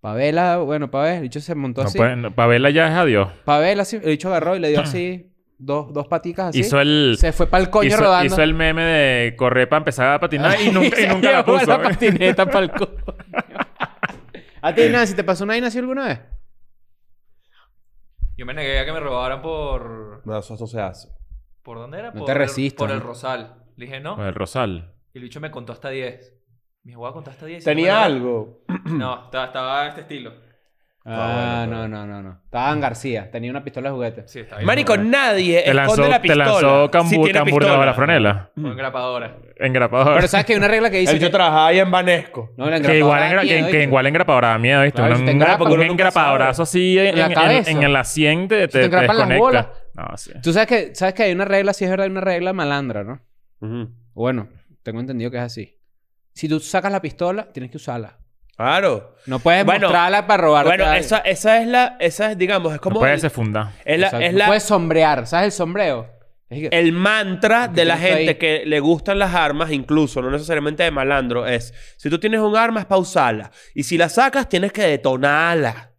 Pavela, bueno, Pavela, el bicho se montó
No
así.
pueden- no, Pavela ya es adiós.
Pavela, así, el bicho agarró y le dio así dos, dos paticas así.
Hizo el...
¿Ah, Se fue para el coño
hizo,
rodando.
hizo el meme de correr para empezar a patinar y nunca, y
se
nunca la
llevó
puso. ¿eh?
la patineta para el coño. ¿A ti, Nancy, te pasó una vaina así alguna vez?
Yo me negué a que me robaran por.
No, eso, eso se hace.
¿Por dónde era?
No
por
te
el-
resistas,
Por
¿no?
el Rosal. Le dije no.
Con el Rosal.
Y el bicho me contó hasta 10. Mi jugada contó hasta 10. y
Tenía
no me
algo.
lo- No, estaba, estaba de este estilo.
Ah, no, no, no, no. Estaba en García. Tenía una pistola de juguete.
Sí, está bien.
Marico, nadie
Te lanzó,
esconde la
te
pistola.
lanzó
si
cambur,
tiene
cambur
pistola.
debajo de la franela.
Con grapadora.
Engrapador.
Pero sabes que hay una regla que dice.
El yo
que-
trabajaba ahí en Vanesco.
No, la
que igual,
engrapadora
engra-
da
que,
miedo,
que
¿viste?
igual engrapadora da miedo, ¿viste?
Claro,
un
si te engrapa,
un
uno nunca
engrapadorazo así en,
En la
en-
cabeza.
en la sien te, te,
te
te
engrapan las bolas.
desconecta. No, sí.
Tú sabes que, sabes que hay una regla, si es verdad, hay una regla malandra, ¿no?
Ujú.
Bueno, tengo entendido que es así. Si tú sacas la pistola, tienes que usarla.
Claro.
No puedes
Bueno,
mostrarla para robar.
Bueno, esa, esa es la... Esa es, digamos, es como...
Después
el-
se funda.
es la- es la-
puedes sombrear. ¿Sabes el sombreo? Es que-
el mantra de la
tienes
gente
ahí.
que le gustan las armas, incluso, no necesariamente de malandro, es... Si tú tienes un arma, es para usarla. Y si la sacas, tienes que detonarla.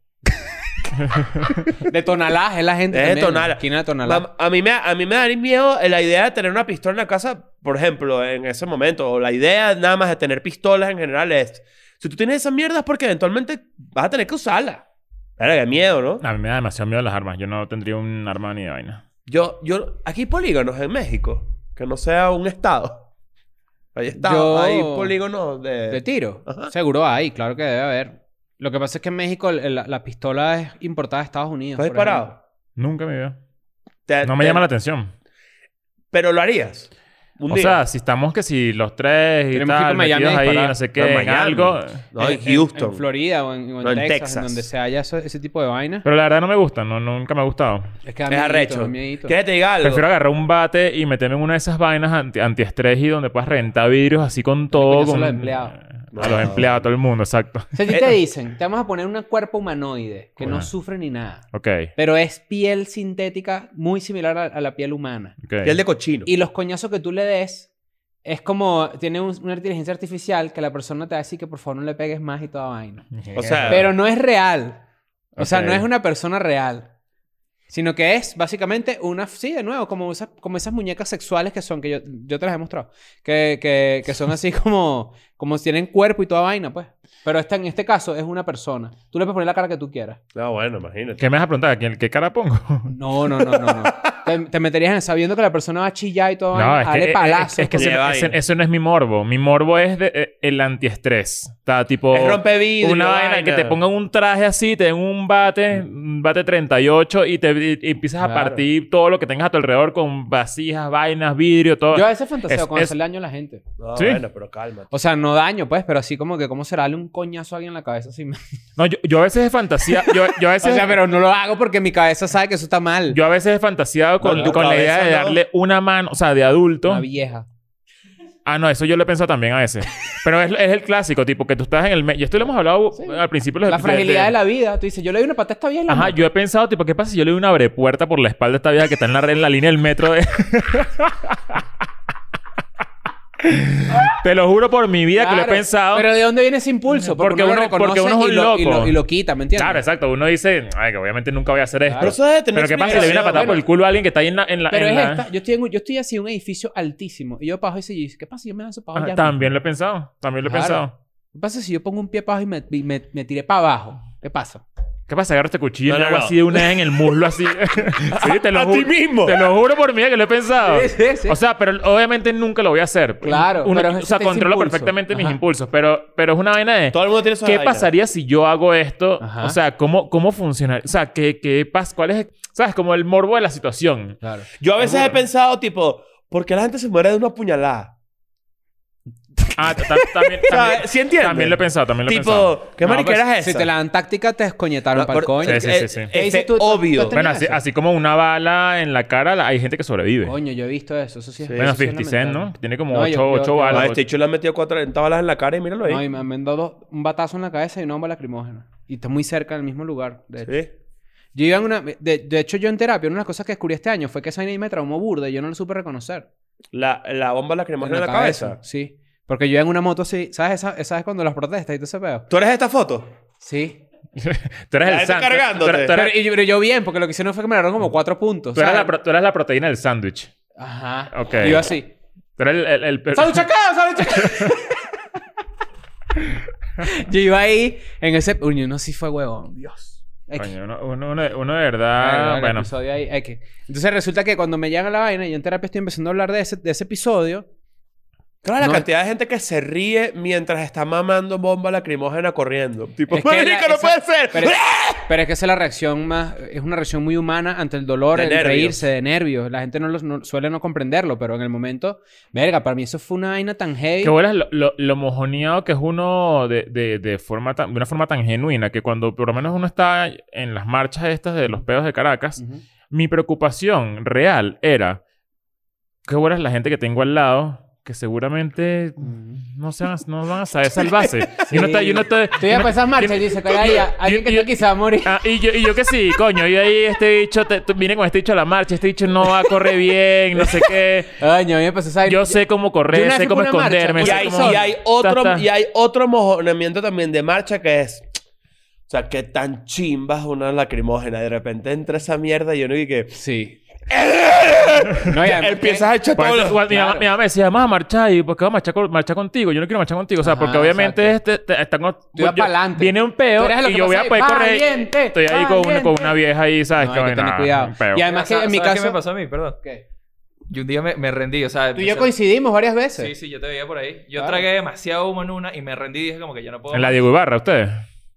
De tonalá es la gente.
Eh, Es
también,
detonarla.
la esquina de tonalá.
Mam- A, mí me, a mí me da miedo la idea de tener una pistola en la casa, por ejemplo, en ese momento. O la idea nada más de tener pistolas en general es... Si tú tienes esas mierdas, porque eventualmente vas a tener que usarla. Claro, qué miedo, ¿no?
A mí me da demasiado miedo las armas. Yo no tendría un arma ni de vaina.
Yo, yo, aquí hay polígonos en México, que no sea un estado. Hay estados,
Yo-
hay polígonos de...
¿De tiro?
Ajá.
Seguro hay, claro que debe haber. Lo que pasa es que en México el- el- la, pistola es importada de Estados Unidos.
¿Tú has
por ejemplo.
disparado?
Nunca me veo.
Eh,
Te-
No me
te-
llama la atención.
Pero lo harías. Un
o
día.
sea, si estamos que si los tres y
Tenemos que ir
tal,
para Miami
metidos
a
ahí,
disparar.
no sé
No,
qué,
en
en
Miami.
algo.
no, en,
En-
Houston.
En, Florida o en, o en
No, en
Texas,
Texas.
en donde se haya eso- ese tipo de vaina.
Pero la verdad no me gusta. No, nunca me ha gustado.
es que da
es
miedito,
arrecho.
da miedito.
¿Quieres que te diga algo?
Prefiero agarrar un bate y meterme en una de esas vainas anti antiestrés y donde puedas reventar vidrios así con todo.
coñazo a
con-
los empleados.
A los empleados, a todo el mundo, exacto.
O sea, si
Eh.
te dicen, te vamos a poner un cuerpo humanoide que
Ajá.
no sufre ni nada,
Ok.
pero es piel sintética muy similar a, a la piel humana.
ok.
Piel de cochino.
Y los coñazos que tú le des es como, tiene un- una inteligencia artificial que la persona te va a decir que por favor no le pegues más y toda vaina.
O sea,
Pero no es real. O sea,
Ok.
no es una persona real. Sino que es básicamente una... Sí, de nuevo, como esas, como esas muñecas sexuales que son, que yo, yo te las he mostrado. Que, que, que son así como... Como si tienen cuerpo y toda vaina, pues. Pero esta, en este caso es una persona. Tú le puedes poner la cara que tú quieras.
No, Ah, bueno, imagínate.
¿Qué me vas a preguntar? ¿Qué, qué cara pongo?
No, no, no, no. no. te, te meterías en sabiendo que la persona va a chillar y toda vaina.
No, es que,
dale
eh,
palazos. pues.
es que
porque-
ese-
Lleva
ese-
vaina.
eso no es mi morbo. Mi morbo es de- eh, el antiestrés. Está tipo...
Es rompevidrio,
Una vaina,
vaina.
que te pongan un traje así, te den un bate, un bate 38 y te y- y empiezas a
Claro.
partir todo lo que tengas a tu alrededor con vasijas, vainas, vidrio, todo.
Yo a veces fantaseo
es-
con
es-
hacerle daño a la gente.
No,
Sí.
bueno, pero cálmate.
O sea, no daño, pues. Pero así como que... ¿Cómo será darle un coñazo a alguien en la cabeza sin...
No, yo, yo a veces de fantasía... Yo, yo a veces...
O sea, pero no lo hago porque mi cabeza sabe que eso está mal.
Yo a veces he fantaseado con,
No, tu
con la idea
cabeza
de
no.
darle una mano, o sea, de adulto.
Una vieja.
Ah, no, eso yo lo he pensado también a veces. Pero es, es el clásico, tipo, que tú estás en el... me- Y esto lo hemos hablado
Sí.
al principio. de los
La
episodios
fragilidad de, la vida. Tú dices, yo le doy una patada a esta vieja. y la
Ajá,
mato.
yo he pensado, tipo, ¿qué pasa si yo le doy una abrepuerta por la espalda a esta vieja que está en la, red- en la línea del metro de... Te lo juro por mi vida que lo
Claro.
he pensado.
Pero ¿de dónde viene ese impulso?
Porque
lo
uno- porque
reconoce
uno es un
y lo- Y
loco.
lo, y lo quita, ¿me entiendes?
Claro, exacto. Uno dice, ay, que obviamente nunca voy a hacer esto.
Pero eso debe tener
Pero ¿qué pasa si le doy una
explicación.
patada por el
Bueno,
culo a alguien que está ahí en la... en la-
Pero
en
es
la-
esta. Yo estoy, en, un- yo estoy así en un edificio altísimo. Y yo paso y dice, ¿qué pasa si yo me lanzo para
Ajá,
abajo? ya
también
mismo?
lo he pensado. También lo he
Claro.
pensado.
¿Qué pasa si yo pongo un pie para abajo y me, y me, me tiré para abajo? ¿Qué pasa?
¿Qué pasa? Agarro este cuchillo y
No,
le
no,
hago
no.
así de una vez en el muslo así. sí, te lo
A
ju-
ti mismo.
Te lo juro por mí que lo he pensado.
Sí, sí, sí.
O sea, pero obviamente nunca lo voy a hacer.
Claro,
Uno-
pero
o sea,
ese
controlo
impulso.
perfectamente mis
Ajá.
impulsos. Pero, pero es una vaina de...
Todo el mundo tiene su
¿Qué
vaina.
pasaría si yo hago esto?
Ajá.
O sea, ¿cómo, cómo funciona? O sea, ¿qué, qué pas- ¿cuál es...? ¿Sabes? Como el morbo de la situación.
Claro.
Yo a veces he pensado, tipo, ¿por qué la gente se muere de una puñalada?
Ah, ta- ta- también...
O sea,
también,
¿Sí entiendes?
también lo he pensado, también lo he pensado.
Tipo, ¿qué
No,
mariquera
pues,
es esa?
Si te la dan táctica, te descoñetaron para el coño.
Sí, sí, sí, sí.
¿Qué dices
Es
tú? ¿Tú- tú
eh, obvio.
has tenido-
Bueno, así,
eso?
así como una bala en la cara, la- hay gente que sobrevive.
Coño, yo he visto eso. Eso sí es...
Bueno,
eso sí es
50 Cent, ¿no?
lamentable.
Tiene como
No, yo-
8,
yo- yo-
Ah,
balas.
este hecho le ha metido 40 balas en la cara y míralo
No,
ahí.
y me han dado dos- un batazo en la cabeza y una bomba lacrimógena. Y está muy cerca, en el mismo lugar. De hecho.
Sí.
Yo iba en una... De, de hecho, yo en terapia, una de las cosas que descubrí este año fue que esa vaina ahí me traumó burda y yo no lo supe reconocer.
La, la bomba lacrimógena en la cabeza.
Sí. Porque yo iba en una moto así... ¿Sabes, esa, esa es cuando las protestas y todo ese pedo?
¿Tú eres esta foto?
Sí.
Tú eres
La
el
gente
sándwich. Tú,
cargándote.
eres- tú
Pero,
eres-
y yo, pero yo bien, porque lo que hicieron fue que me agarraron como cuatro puntos.
tú eras la,
¿sabes?
pro- tú eres la proteína del sándwich.
Ajá.
Ok.
Y yo así...
Tú eres el... el- el- el-
¡Salud chacao! ¡Salud chacao! yo iba ahí en ese... Uy, no, sí fue huevón. Dios. Ay,
Coño, uno, uno- uno de- uno de
Verga,
verdad...
el
Ah, bueno.
episodio ahí, ay, que- Entonces resulta que cuando me llegan la vaina y en terapia estoy empezando a hablar de ese, de ese episodio,
Claro, la
No,
cantidad de gente que se ríe mientras está mamando bomba lacrimógena corriendo. Tipo,
Es que
¡Marico,
la-
no
esa-
puede ser!
Pero, pero es que esa es la reacción más... Es una reacción muy humana ante el dolor,
De
el
nervios.
reírse, de nervios. La gente no, los, no- suele no comprenderlo, pero en el momento... Verga, para mí eso fue una vaina tan heavy.
Que vuelas lo, lo, lo mojoneado que es uno de, de, de forma tan- de una forma tan genuina que cuando por lo menos uno está en las marchas estas de los pedos de Caracas,
Ujú.
mi preocupación real era que vuelas la gente que tengo al lado que seguramente
Mm.
no, se van, a- no van a saber salvarse. Y uno está... Y uno está-
Tú ibas
uno-
para esas marchas y dices, "Coño, ahí, alguien que
yo-
está aquí se va a morir.
Ah, y yo, y yo que sí, coño. Y ahí este dicho, te, tú- vine con este dicho a la marcha, este dicho no va a correr bien, no sé qué.
Coño, a mí Ah, me empezó esa...
Yo sé cómo
yo
correr,
una vez
sé
fui
cómo
por una marcha, pues,
esconderme.
por
Y
sé
una
hay,
cómo-
y hay otro,
Ta, ta.
y hay otro mojonamiento también de marcha que es. O sea, qué tan chimbas una lacrimógena. De repente entra esa mierda y uno y que.
Sí. no, y además-
Empiezas a echar
Por
todo
eso,
lo-
igual mi, mamá, mi mamá me decía, vamos a marchar. Y porque vamos a marchar, con- marchar contigo. Yo no quiero marchar contigo. O sea,
Ajá,
porque obviamente
exacto.
este, te- están con-
ibas
yo-
pa'lante.
Viene un
Tú
peo
eres lo
y
que
yo voy a
pasa ahí,
poder correr.
valiente,
Estoy ahí con una, con
valiente.
una vieja ahí, ¿sabes?
No,
que
hay que
bueno,
tener
ah,
cuidado.
un peo.
Y además que
¿Sabes
en mi
qué me
caso...
pasó a mí? Perdón.
¿Qué?
Yo un día me, me rendí, o sea...
Tú y yo
me-
coincidimos varias veces.
Sí, sí, yo te veía por ahí. Yo
Claro.
tragué demasiado humo en una y me rendí y dije como que yo no puedo...
En la Diego Ibarra, ustedes.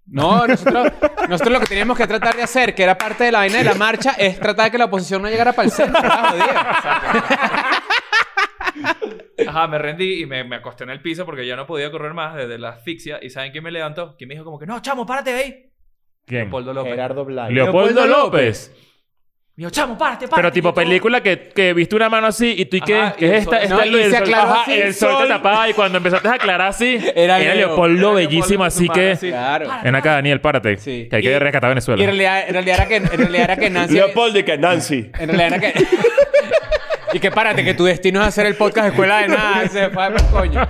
No, nosotros, nosotros lo que teníamos que tratar de hacer, que era parte de la vaina de la marcha, es tratar de que la oposición no llegara para el centro. era jodido.
Ajá, me rendí y me, me acosté en el piso porque yo no podía correr más desde la asfixia. ¿Y saben quién me levantó? Que me dijo como que, no, chamo, párate de ahí.
¿Quién?
Leopoldo López.
Gerardo Blanco.
Leopoldo López.
Me dijo, chamo, párate, párate.
Pero tipo
que tú-
película que, que viste una mano así y tú y
Ajá,
que,
y
que
el
es esta,
sol-
esta
no,
luz
y se
del sol.
aclaró
Ajá,
así,
y el sol,
sol.
te tapaba y cuando empezaste a aclarar así,
Era
era,
Leo.
Leopoldo
Leopoldo
bellísimo,
con
así
su
que...
madre, sí.
Claro.
Ven acá, Daniel, párate.
Sí.
Que hay
Y-
que rescatar
Y
a
en
Venezuela.
realidad, en realidad era que, en realidad era que Nancy...
Leopoldo y que Nancy.
En realidad era que... Y que párate, que tu destino es hacer el podcast de Escuela de Nada. Se fue por coño.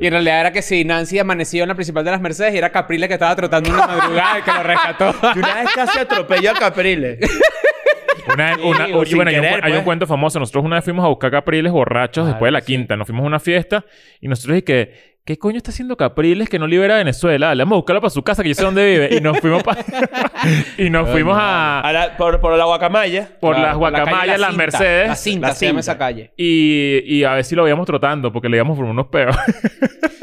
Y en realidad era que si Nancy amaneció en la principal de las Mercedes y era Capri la que estaba trotando una madrugada y que lo rescató.
Y una vez casi atropelló a Capriles.
Una, una-
Sí,
oye,
sin
bueno, hay, un,
querer,
hay un
pues.
cuento famoso. Nosotros una vez fuimos a buscar Capriles borrachos después de la quinta. Nos fuimos a una fiesta y nosotros dije que... ¿Qué coño está haciendo Capriles que no libera a Venezuela? Le vamos a buscarlo para su casa, que yo sé dónde vive. Y nos fuimos pa- y nos fuimos a...
Ahora, por, por la guacamaya.
Por
Claro,
las
la calle La
guacamayas, las
Cinta. La
Mercedes.
cinta,
La
se llama
Cinta.
esa calle.
Y, y a ver si lo veíamos trotando, porque le íbamos por unos peos.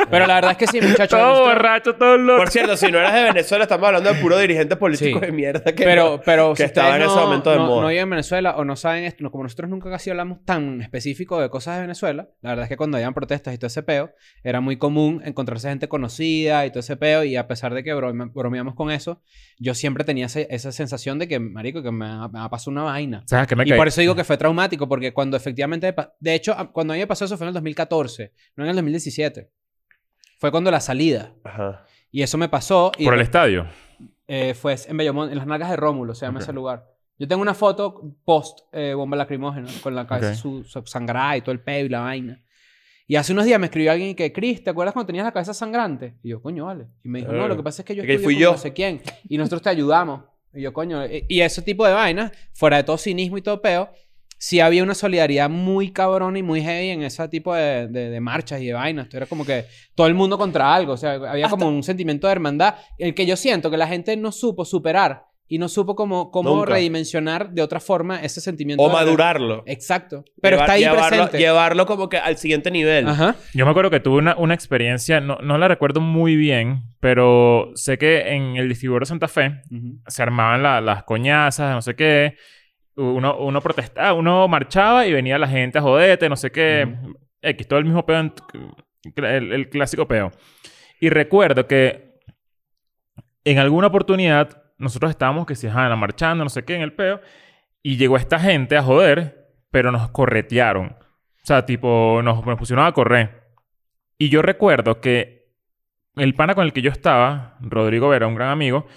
Pero la verdad es que sí, muchachos.
todo
nosotros-
borracho, todo loco.
Por cierto, si no eras de Venezuela, estamos hablando de puro dirigente político
Sí.
de mierda que,
pero, pero
que
si
estaba
ustedes
en ese
no-
momento de
no,
moda.
no viven en Venezuela o no saben esto, no, como nosotros nunca casi hablamos tan específico de cosas de Venezuela, la verdad es que cuando habían protestas y todo ese peo, era muy común encontrarse gente conocida y todo ese peo, y a pesar de que brome- bromeamos con eso, yo siempre tenía ese- esa sensación de que, marico, que me ha, me ha pasado una vaina.
¿Sabes qué me
Y
caí?
por eso digo que fue traumático, porque cuando efectivamente... me pa- De hecho, a- cuando a mí me pasó eso fue en el 2014, no en el 2017. Fue cuando la salida.
Ajá.
Y eso me pasó. Y
Por el estadio.
eh, fue en Bellomont, en las nalgas de Rómulo, se llama
Ok.
ese lugar. Yo tengo una foto post eh, bomba lacrimógena, con la cabeza
Ok.
su- su- sangrada y todo el peo y la vaina. Y hace unos días me escribió alguien que, Chris, ¿te acuerdas cuando tenías la cabeza sangrante? Y yo, coño, vale. Y me dijo, no,
Claro.
lo que pasa es que yo
Es que
estudio
fui
con
yo.
no sé quién. Y nosotros te ayudamos. Y yo, coño, eh, y ese tipo de vainas, fuera de todo cinismo y todo peo, sí había una solidaridad muy cabrona y muy heavy en ese tipo de, de- de marchas y de vainas. Era como que todo el mundo contra algo. O sea, había como un sentimiento de hermandad. El que yo siento que la gente no supo superar y no supo cómo, cómo
Nunca.
redimensionar de otra forma ese sentimiento.
O
de-
madurarlo.
Exacto. eh, Pero
Llevar-
está ahí
llevarlo,
presente.
Llevarlo como que al siguiente nivel.
Ajá.
Yo me acuerdo que tuve una, una experiencia, no, no la recuerdo muy bien, pero sé que en el distribuidor de Santa Fe se armaban la- las coñazas, no sé qué. Uno, uno protestaba, uno marchaba y venía la gente a jodete, no sé qué. X, todo el mismo peo, en- el, el clásico peo. Y recuerdo que en alguna oportunidad nosotros estábamos que si ajá, en la marchando, no sé qué, en el peo, y llegó esta gente a joder, pero nos corretearon. O sea, tipo, nos, nos pusieron a correr. Y yo recuerdo que el pana con el que yo estaba, Rodrigo Vera, un gran amigo,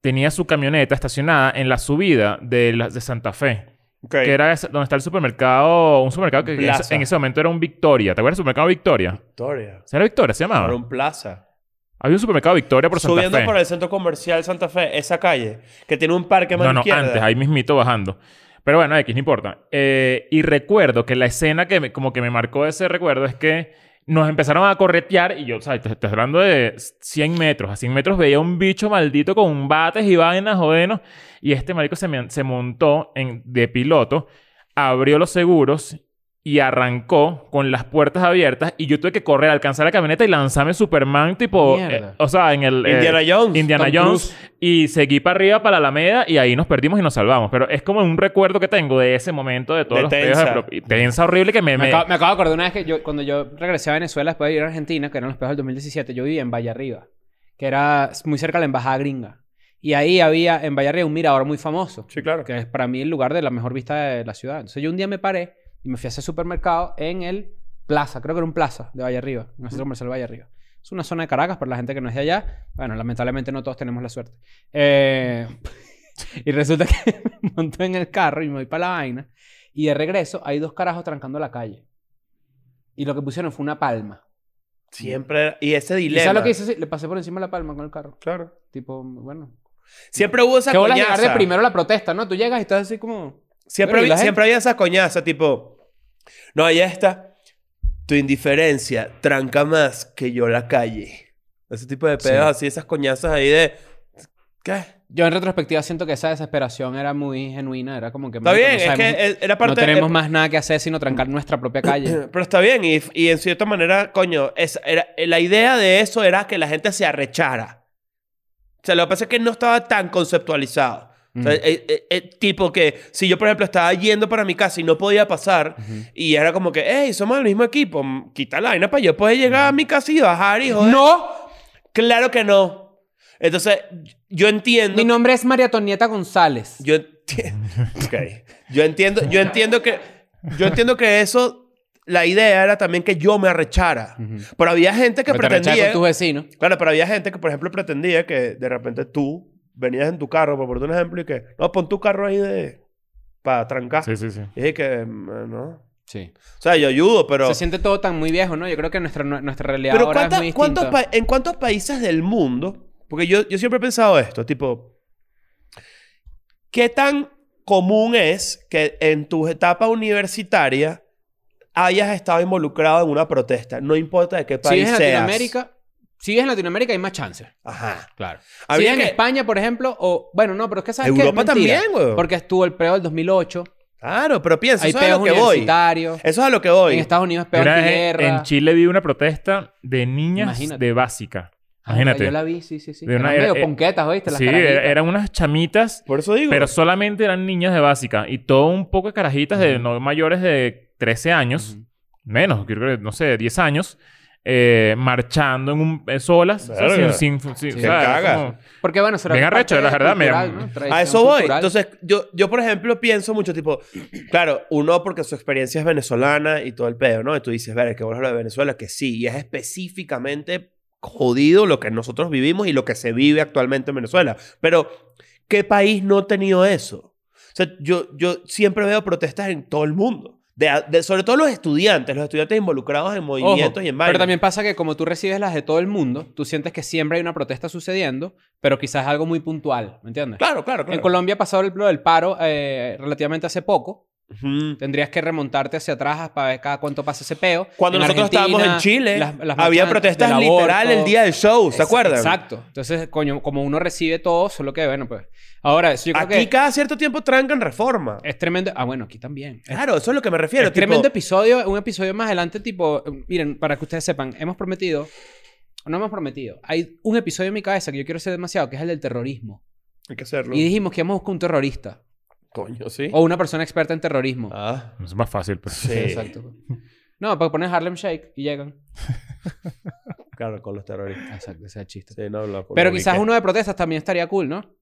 tenía su camioneta estacionada en la subida de, la- de Santa Fe.
Ok.
Que era esa- donde está el supermercado, un supermercado que en ese-
Plaza.
en ese momento era un Victoria. ¿Te acuerdas del supermercado Victoria?
Victoria.
¿Se era Victoria? ¿Se
Por
llamaba?
un plaza.
Había un supermercado Victoria por Santa
Subiendo
Fe.
por el centro comercial Santa Fe, esa calle, que tiene un parque más
No, no,
izquierda.
antes, ahí mismito bajando. Pero bueno, X, no importa. Eh, y recuerdo que la escena que me- como que me marcó ese recuerdo es que nos empezaron a corretear y yo, o sea, te, te estoy hablando de 100 metros. A 100 metros veía un bicho maldito con bates y vainas, jodenos. Y este marico se, me- se montó en, de piloto, abrió los seguros y arrancó con las puertas abiertas y yo tuve que correr, alcanzar la camioneta y lanzarme Superman tipo,
Mierda.
eh, o sea, en el eh,
Indiana Jones.
Indiana
Tom
Jones y seguí para arriba para la Alameda y ahí nos perdimos y nos salvamos, pero es como un recuerdo que tengo de ese momento de todos
De
los pedos de
tensa.
pro- y tensa horrible que me,
Me,
me-
acabo, me acabo de acordar una vez que yo, cuando yo regresé a Venezuela después de ir a Argentina, que eran los peos del 2017, yo vivía en Valle Arriba, que era muy cerca de la embajada gringa. Y ahí había en Valle Arriba un mirador muy famoso,
Sí, claro.
que es para mí el lugar de la mejor vista de la ciudad. Entonces yo un día me paré y me fui a ese supermercado en el Plaza, creo que era un Plaza de Valle Arriba, un centro comercial de Valle Arriba. Es una zona de Caracas para la gente que no es de allá. Bueno, lamentablemente no todos tenemos la suerte. Eh, y resulta que me monto en el carro y me voy para la vaina. Y de regreso hay dos carajos trancando la calle. Y lo que pusieron fue una palma.
Siempre. era- Y ese
¿Y
dilema.
sabes lo que hice? Sí, Le pasé por encima la palma con el carro.
Claro.
Tipo, bueno.
Siempre hubo esa
Que bolas llegar de
coñaza.
primero la protesta, ¿no? Tú llegas y estás así como...
Siempre,
Pero, ¿y
había-
la gente?
siempre había esas coñazas, tipo. No, ahí está. Tu indiferencia tranca más que yo la calle. Ese tipo de pedos así, esas coñazas ahí de. ¿Qué?
Yo en retrospectiva siento que esa desesperación era muy genuina. Era como que...
Está
marico,
bien,
no
es
sabemos-
que eh, era
no
parte de-
tenemos más nada que hacer sino trancar nuestra propia calle.
Pero está bien, y, y en cierta manera, coño, esa era, la idea de eso era que la gente se arrechara. O sea, lo que pasa es que no estaba tan conceptualizado. O sea,
Mm.
eh, eh, eh, tipo que si yo, por ejemplo, estaba yendo para mi casa y no podía pasar, y era como que, hey, somos del mismo equipo, mm, quita la vaina para yo poder llegar a mi casa y bajar y joder.
¡No!
Claro que no. Entonces, yo entiendo.
Mi nombre es María Tonieta González.
Yo, enti- Ok. yo entiendo, yo entiendo que, yo entiendo que eso, la idea era también que yo me arrechara. Pero había gente que
Me te rechazas
pretendía,
con tus vecinos.
claro, pero había gente que, por ejemplo, pretendía que de repente tú venías en tu carro, por poner un ejemplo, y que, no, pon tu carro ahí de, para trancar.
Sí, sí, sí.
Y dije que, mm, no. O
Sí.
sea, yo ayudo, pero...
Se siente todo tan muy viejo, ¿no? Yo creo que nuestra, nu- nuestra realidad
Pero
ahora
¿cuánta-
es muy
cuántos
distinta.
pa- ¿en cuántos países del mundo? Porque yo, yo siempre he pensado esto, tipo, ¿qué tan común es que en tu etapa universitaria hayas estado involucrado en una protesta? No importa de qué
Si
país
es en
seas.
Latinoamérica, si es en Latinoamérica hay más chances.
Ajá.
Claro. Si
Habría
es en
que-
España, por ejemplo, o... Bueno, no, pero es que sabes qué?
Europa
Mentira.
también, güey.
Porque estuvo el peo del 2008.
Claro, pero piensa,
hay
eso es a
peos
lo que voy. Eso
universitarios.
es a lo que voy.
En Estados Unidos
Yo
peos
una
de
vez en,
guerra.
en Chile vi una protesta de niñas
Imagínate.
de básica.
Ah,
Imagínate.
Yo la vi, sí, sí, sí.
De una-
Eran medio
eh,
ponquetas, ¿oíste? Las
sí,
carajitas.
era- eran unas chamitas
Por eso digo.
Pero solamente eran niñas de básica y todo un poco de carajitas de no mayores de 13 años,
Ujú.
menos, yo creo que, no sé, 10 años, eh, marchando en un, eh, solas, o sea,
Verga.
sin, sin- sin-
Sí.
o sea,
Qué
era
caga.
como-
Porque, bueno, será
Bien
parte
arrecho, la verdad, me-
cultural, ¿no?
A
A
Tradición
eso voy.
cultural.
Entonces, yo, yo, por ejemplo, pienso mucho, tipo, claro, uno porque su experiencia es venezolana y todo el pedo, ¿no? Y tú dices, ver, que vos lo de Venezuela, que sí, y es específicamente jodido lo que nosotros vivimos y lo que se vive actualmente en Venezuela. Pero, ¿qué país no ha tenido eso? O sea, yo, yo siempre veo protestas en todo el mundo. De, de- sobre todo los estudiantes, los estudiantes involucrados en
Ojo,
movimientos y en vainas.
Pero también pasa que como tú recibes las de todo el mundo, tú sientes que siempre hay una protesta sucediendo, pero quizás es algo muy puntual, ¿me entiendes?
Claro, claro, claro.
En Colombia ha pasado el, lo del paro eh, relativamente hace poco.
Ujú.
Tendrías que remontarte hacia atrás para ver cada cuánto pasa ese peo.
Cuando
En
nosotros
Argentina,
estábamos en Chile,
las- las
había
marchas
protestas
del
literal
aborto.
el día del show, ¿se
Ex-
acuerdan?
Exacto. Entonces, coño, como uno recibe todo, solo que, bueno, pues... Ahora, eso yo creo
Aquí
que
cada cierto tiempo trancan reforma.
es tremendo... Ah, bueno, aquí también. Es
Claro, eso es lo que me refiero.
Es tremendo
tipo,
episodio, un episodio más adelante, tipo, eh, miren, para que ustedes sepan, hemos prometido, o no hemos prometido, hay un episodio en mi cabeza que yo quiero hacer demasiado, que es el del terrorismo.
Hay que hacerlo.
Y Oh. dijimos que íbamos a buscar un terrorista
Coño, sí.
o una persona experta en terrorismo.
Ah.
Es más fácil. pues.
Sí.
Exacto. No, porque pones Harlem Shake y llegan.
Claro, con los terroristas.
Exacto, ese es el chiste.
Sí, no, lo-
Pero
lo
quizás
ubiqué.
uno de protestas también estaría cool, ¿no?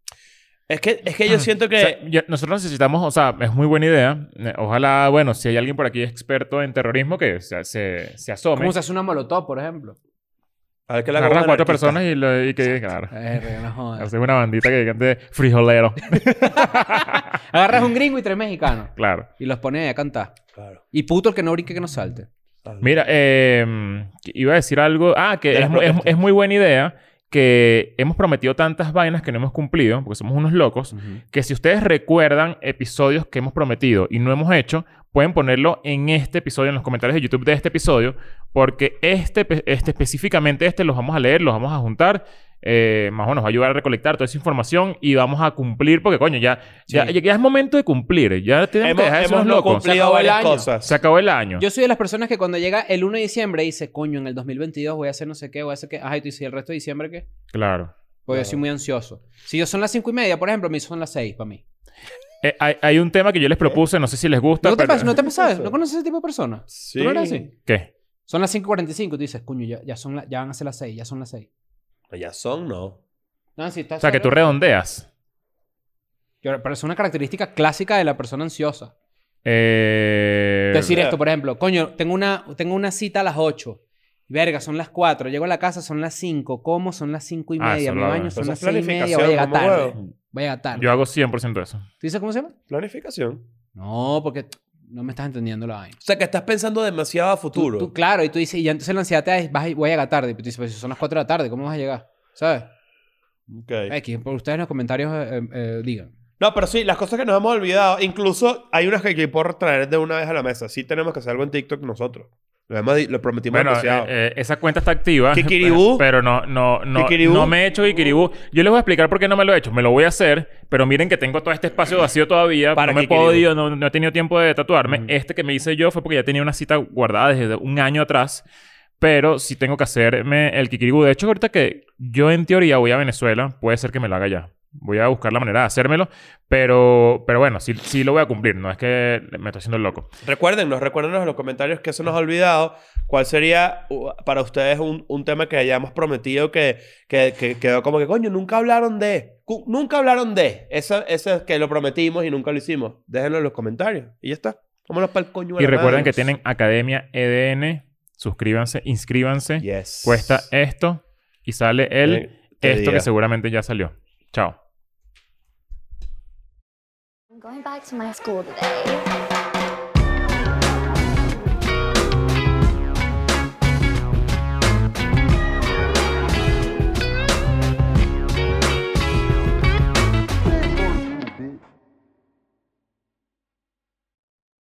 Es que, es que yo siento
O sea,
que.
yo- nosotros necesitamos, o sea, es muy buena idea. Eh, Ojalá, bueno, si hay alguien por aquí experto en terrorismo que se, se, se asome.
¿Cómo se hace una molotov, por ejemplo?
A ver que la
Agarra a
agarran
cuatro personas y, lo- y que, claro,
Eh, no jodas.
hacer una bandita que cante frijolero.
Agarras un gringo y tres mexicanos
claro.
y los pones ahí a cantar.
Claro.
Y puto el que no brinque que no salte.
Mira, eh, iba a decir algo. Ah, que
De
es,
las
mu- es-
protestas.
es muy buena idea que hemos prometido tantas vainas que no hemos cumplido, porque somos unos locos, que si ustedes recuerdan episodios que hemos prometido y no hemos hecho, pueden ponerlo en este episodio, en los comentarios de YouTube de este episodio, porque este, pe- este específicamente este los vamos a leer, los vamos a juntar. eh, más o menos va a ayudar a recolectar toda esa información y vamos a cumplir porque, coño, ya, ya, ya es momento de cumplir. Ya tenemos que
Hemos,
dejar de ser
hemos
unos
no
locos.
Se
cumplido
acabó el
varias
año.
cosas.
Se acabó el año.
Yo soy de las personas que cuando llega el 1 de diciembre dice, coño, en el 2022 voy a hacer no sé qué, voy a hacer qué. Ajá, y tú dices, ¿y el resto de diciembre qué?
Claro.
Porque yo
Claro.
soy muy ansioso. Si yo son las 5 y media, por ejemplo, a mí son las 6 para mí.
Eh, hay, hay un tema que yo les propuse, no sé si les gusta,
¿No te,
pero...
pasa, ¿No te pasa?
Eso.
¿No conoces ese tipo de personas?
Sí.
¿Tú no eres así?
¿Qué?
Son las 5.45 y tú dices, coño, ya, ya, son la- ya van a ser las 6, ya son las 6.
Ya son, no.
Nancy, ¿estás
O sea, que tú
sorda?
redondeas.
Yo- Pero es una característica clásica de la persona ansiosa.
Eh,
Decir
verdad.
esto, por ejemplo, coño, tengo una, tengo una cita a las 8. Verga, son las 4. Llego a la casa, son las 5. Como son las 5 y
Ah,
media.
eso
Me
lo hago.
baño, son
Eso
las
es
6 y media. Voy a
planificación,
llegar
como
tarde.
huevo.
Voy a llegar tarde.
yo hago 100% eso.
¿Tú dices cómo se llama?
Planificación.
No, porque no me estás entendiendo la vaina.
O sea, que estás pensando demasiado a
Tú-
futuro.
Tú, claro, y tú dices, y ya entonces la ansiedad te da, es, vas a- voy a llegar tarde. Pero tú dices, pero si son las 4 de la tarde, ¿cómo vas a llegar? ¿Sabes?
Ok.
Ay, que por ustedes en los comentarios eh, eh, digan.
No, pero sí, las cosas que nos hemos olvidado. Incluso hay unas que, que por traer de una vez a la mesa. Sí tenemos que hacer algo en TikTok nosotros. Lo, hemos di- lo prometimos
Bueno,
demasiado.
eh, eh, esa cuenta está activa.
Kikiribú.
Pero no, no, no,
Kikiribú.
no me he hecho Kikiribú. Yo les voy a explicar por qué no me lo he hecho. Me lo voy a hacer, pero miren que tengo todo este espacio vacío todavía.
Para
no me he
Kikiribú.
podido, no, no he tenido tiempo de tatuarme. Este que me hice yo fue porque ya tenía una cita guardada desde un año atrás. Pero sí tengo que hacerme el Kikiribú. De hecho, ahorita que yo en teoría voy a Venezuela, puede ser que me lo haga ya. Voy a buscar la manera de hacérmelo, pero, pero bueno, sí, sí lo voy a cumplir. No es que me estoy haciendo loco.
Recuérdenos, recuérdenos en los comentarios que se nos ha olvidado. ¿Cuál sería uh, para ustedes un, un tema que hayamos prometido que, que, que quedó como que, coño, nunca hablaron de? Cu- Nunca hablaron de. Eso, eso que lo prometimos y nunca lo hicimos. Déjenlo en los comentarios. Y ya está. Vámonos para el coño. de
Y
la
recuerden
madre.
que tienen Academia EDN. Suscríbanse, inscríbanse.
Yes.
Cuesta esto y sale el
Eh, te
esto
diga.
que seguramente ya salió. Chao.
I'm going back to my school today.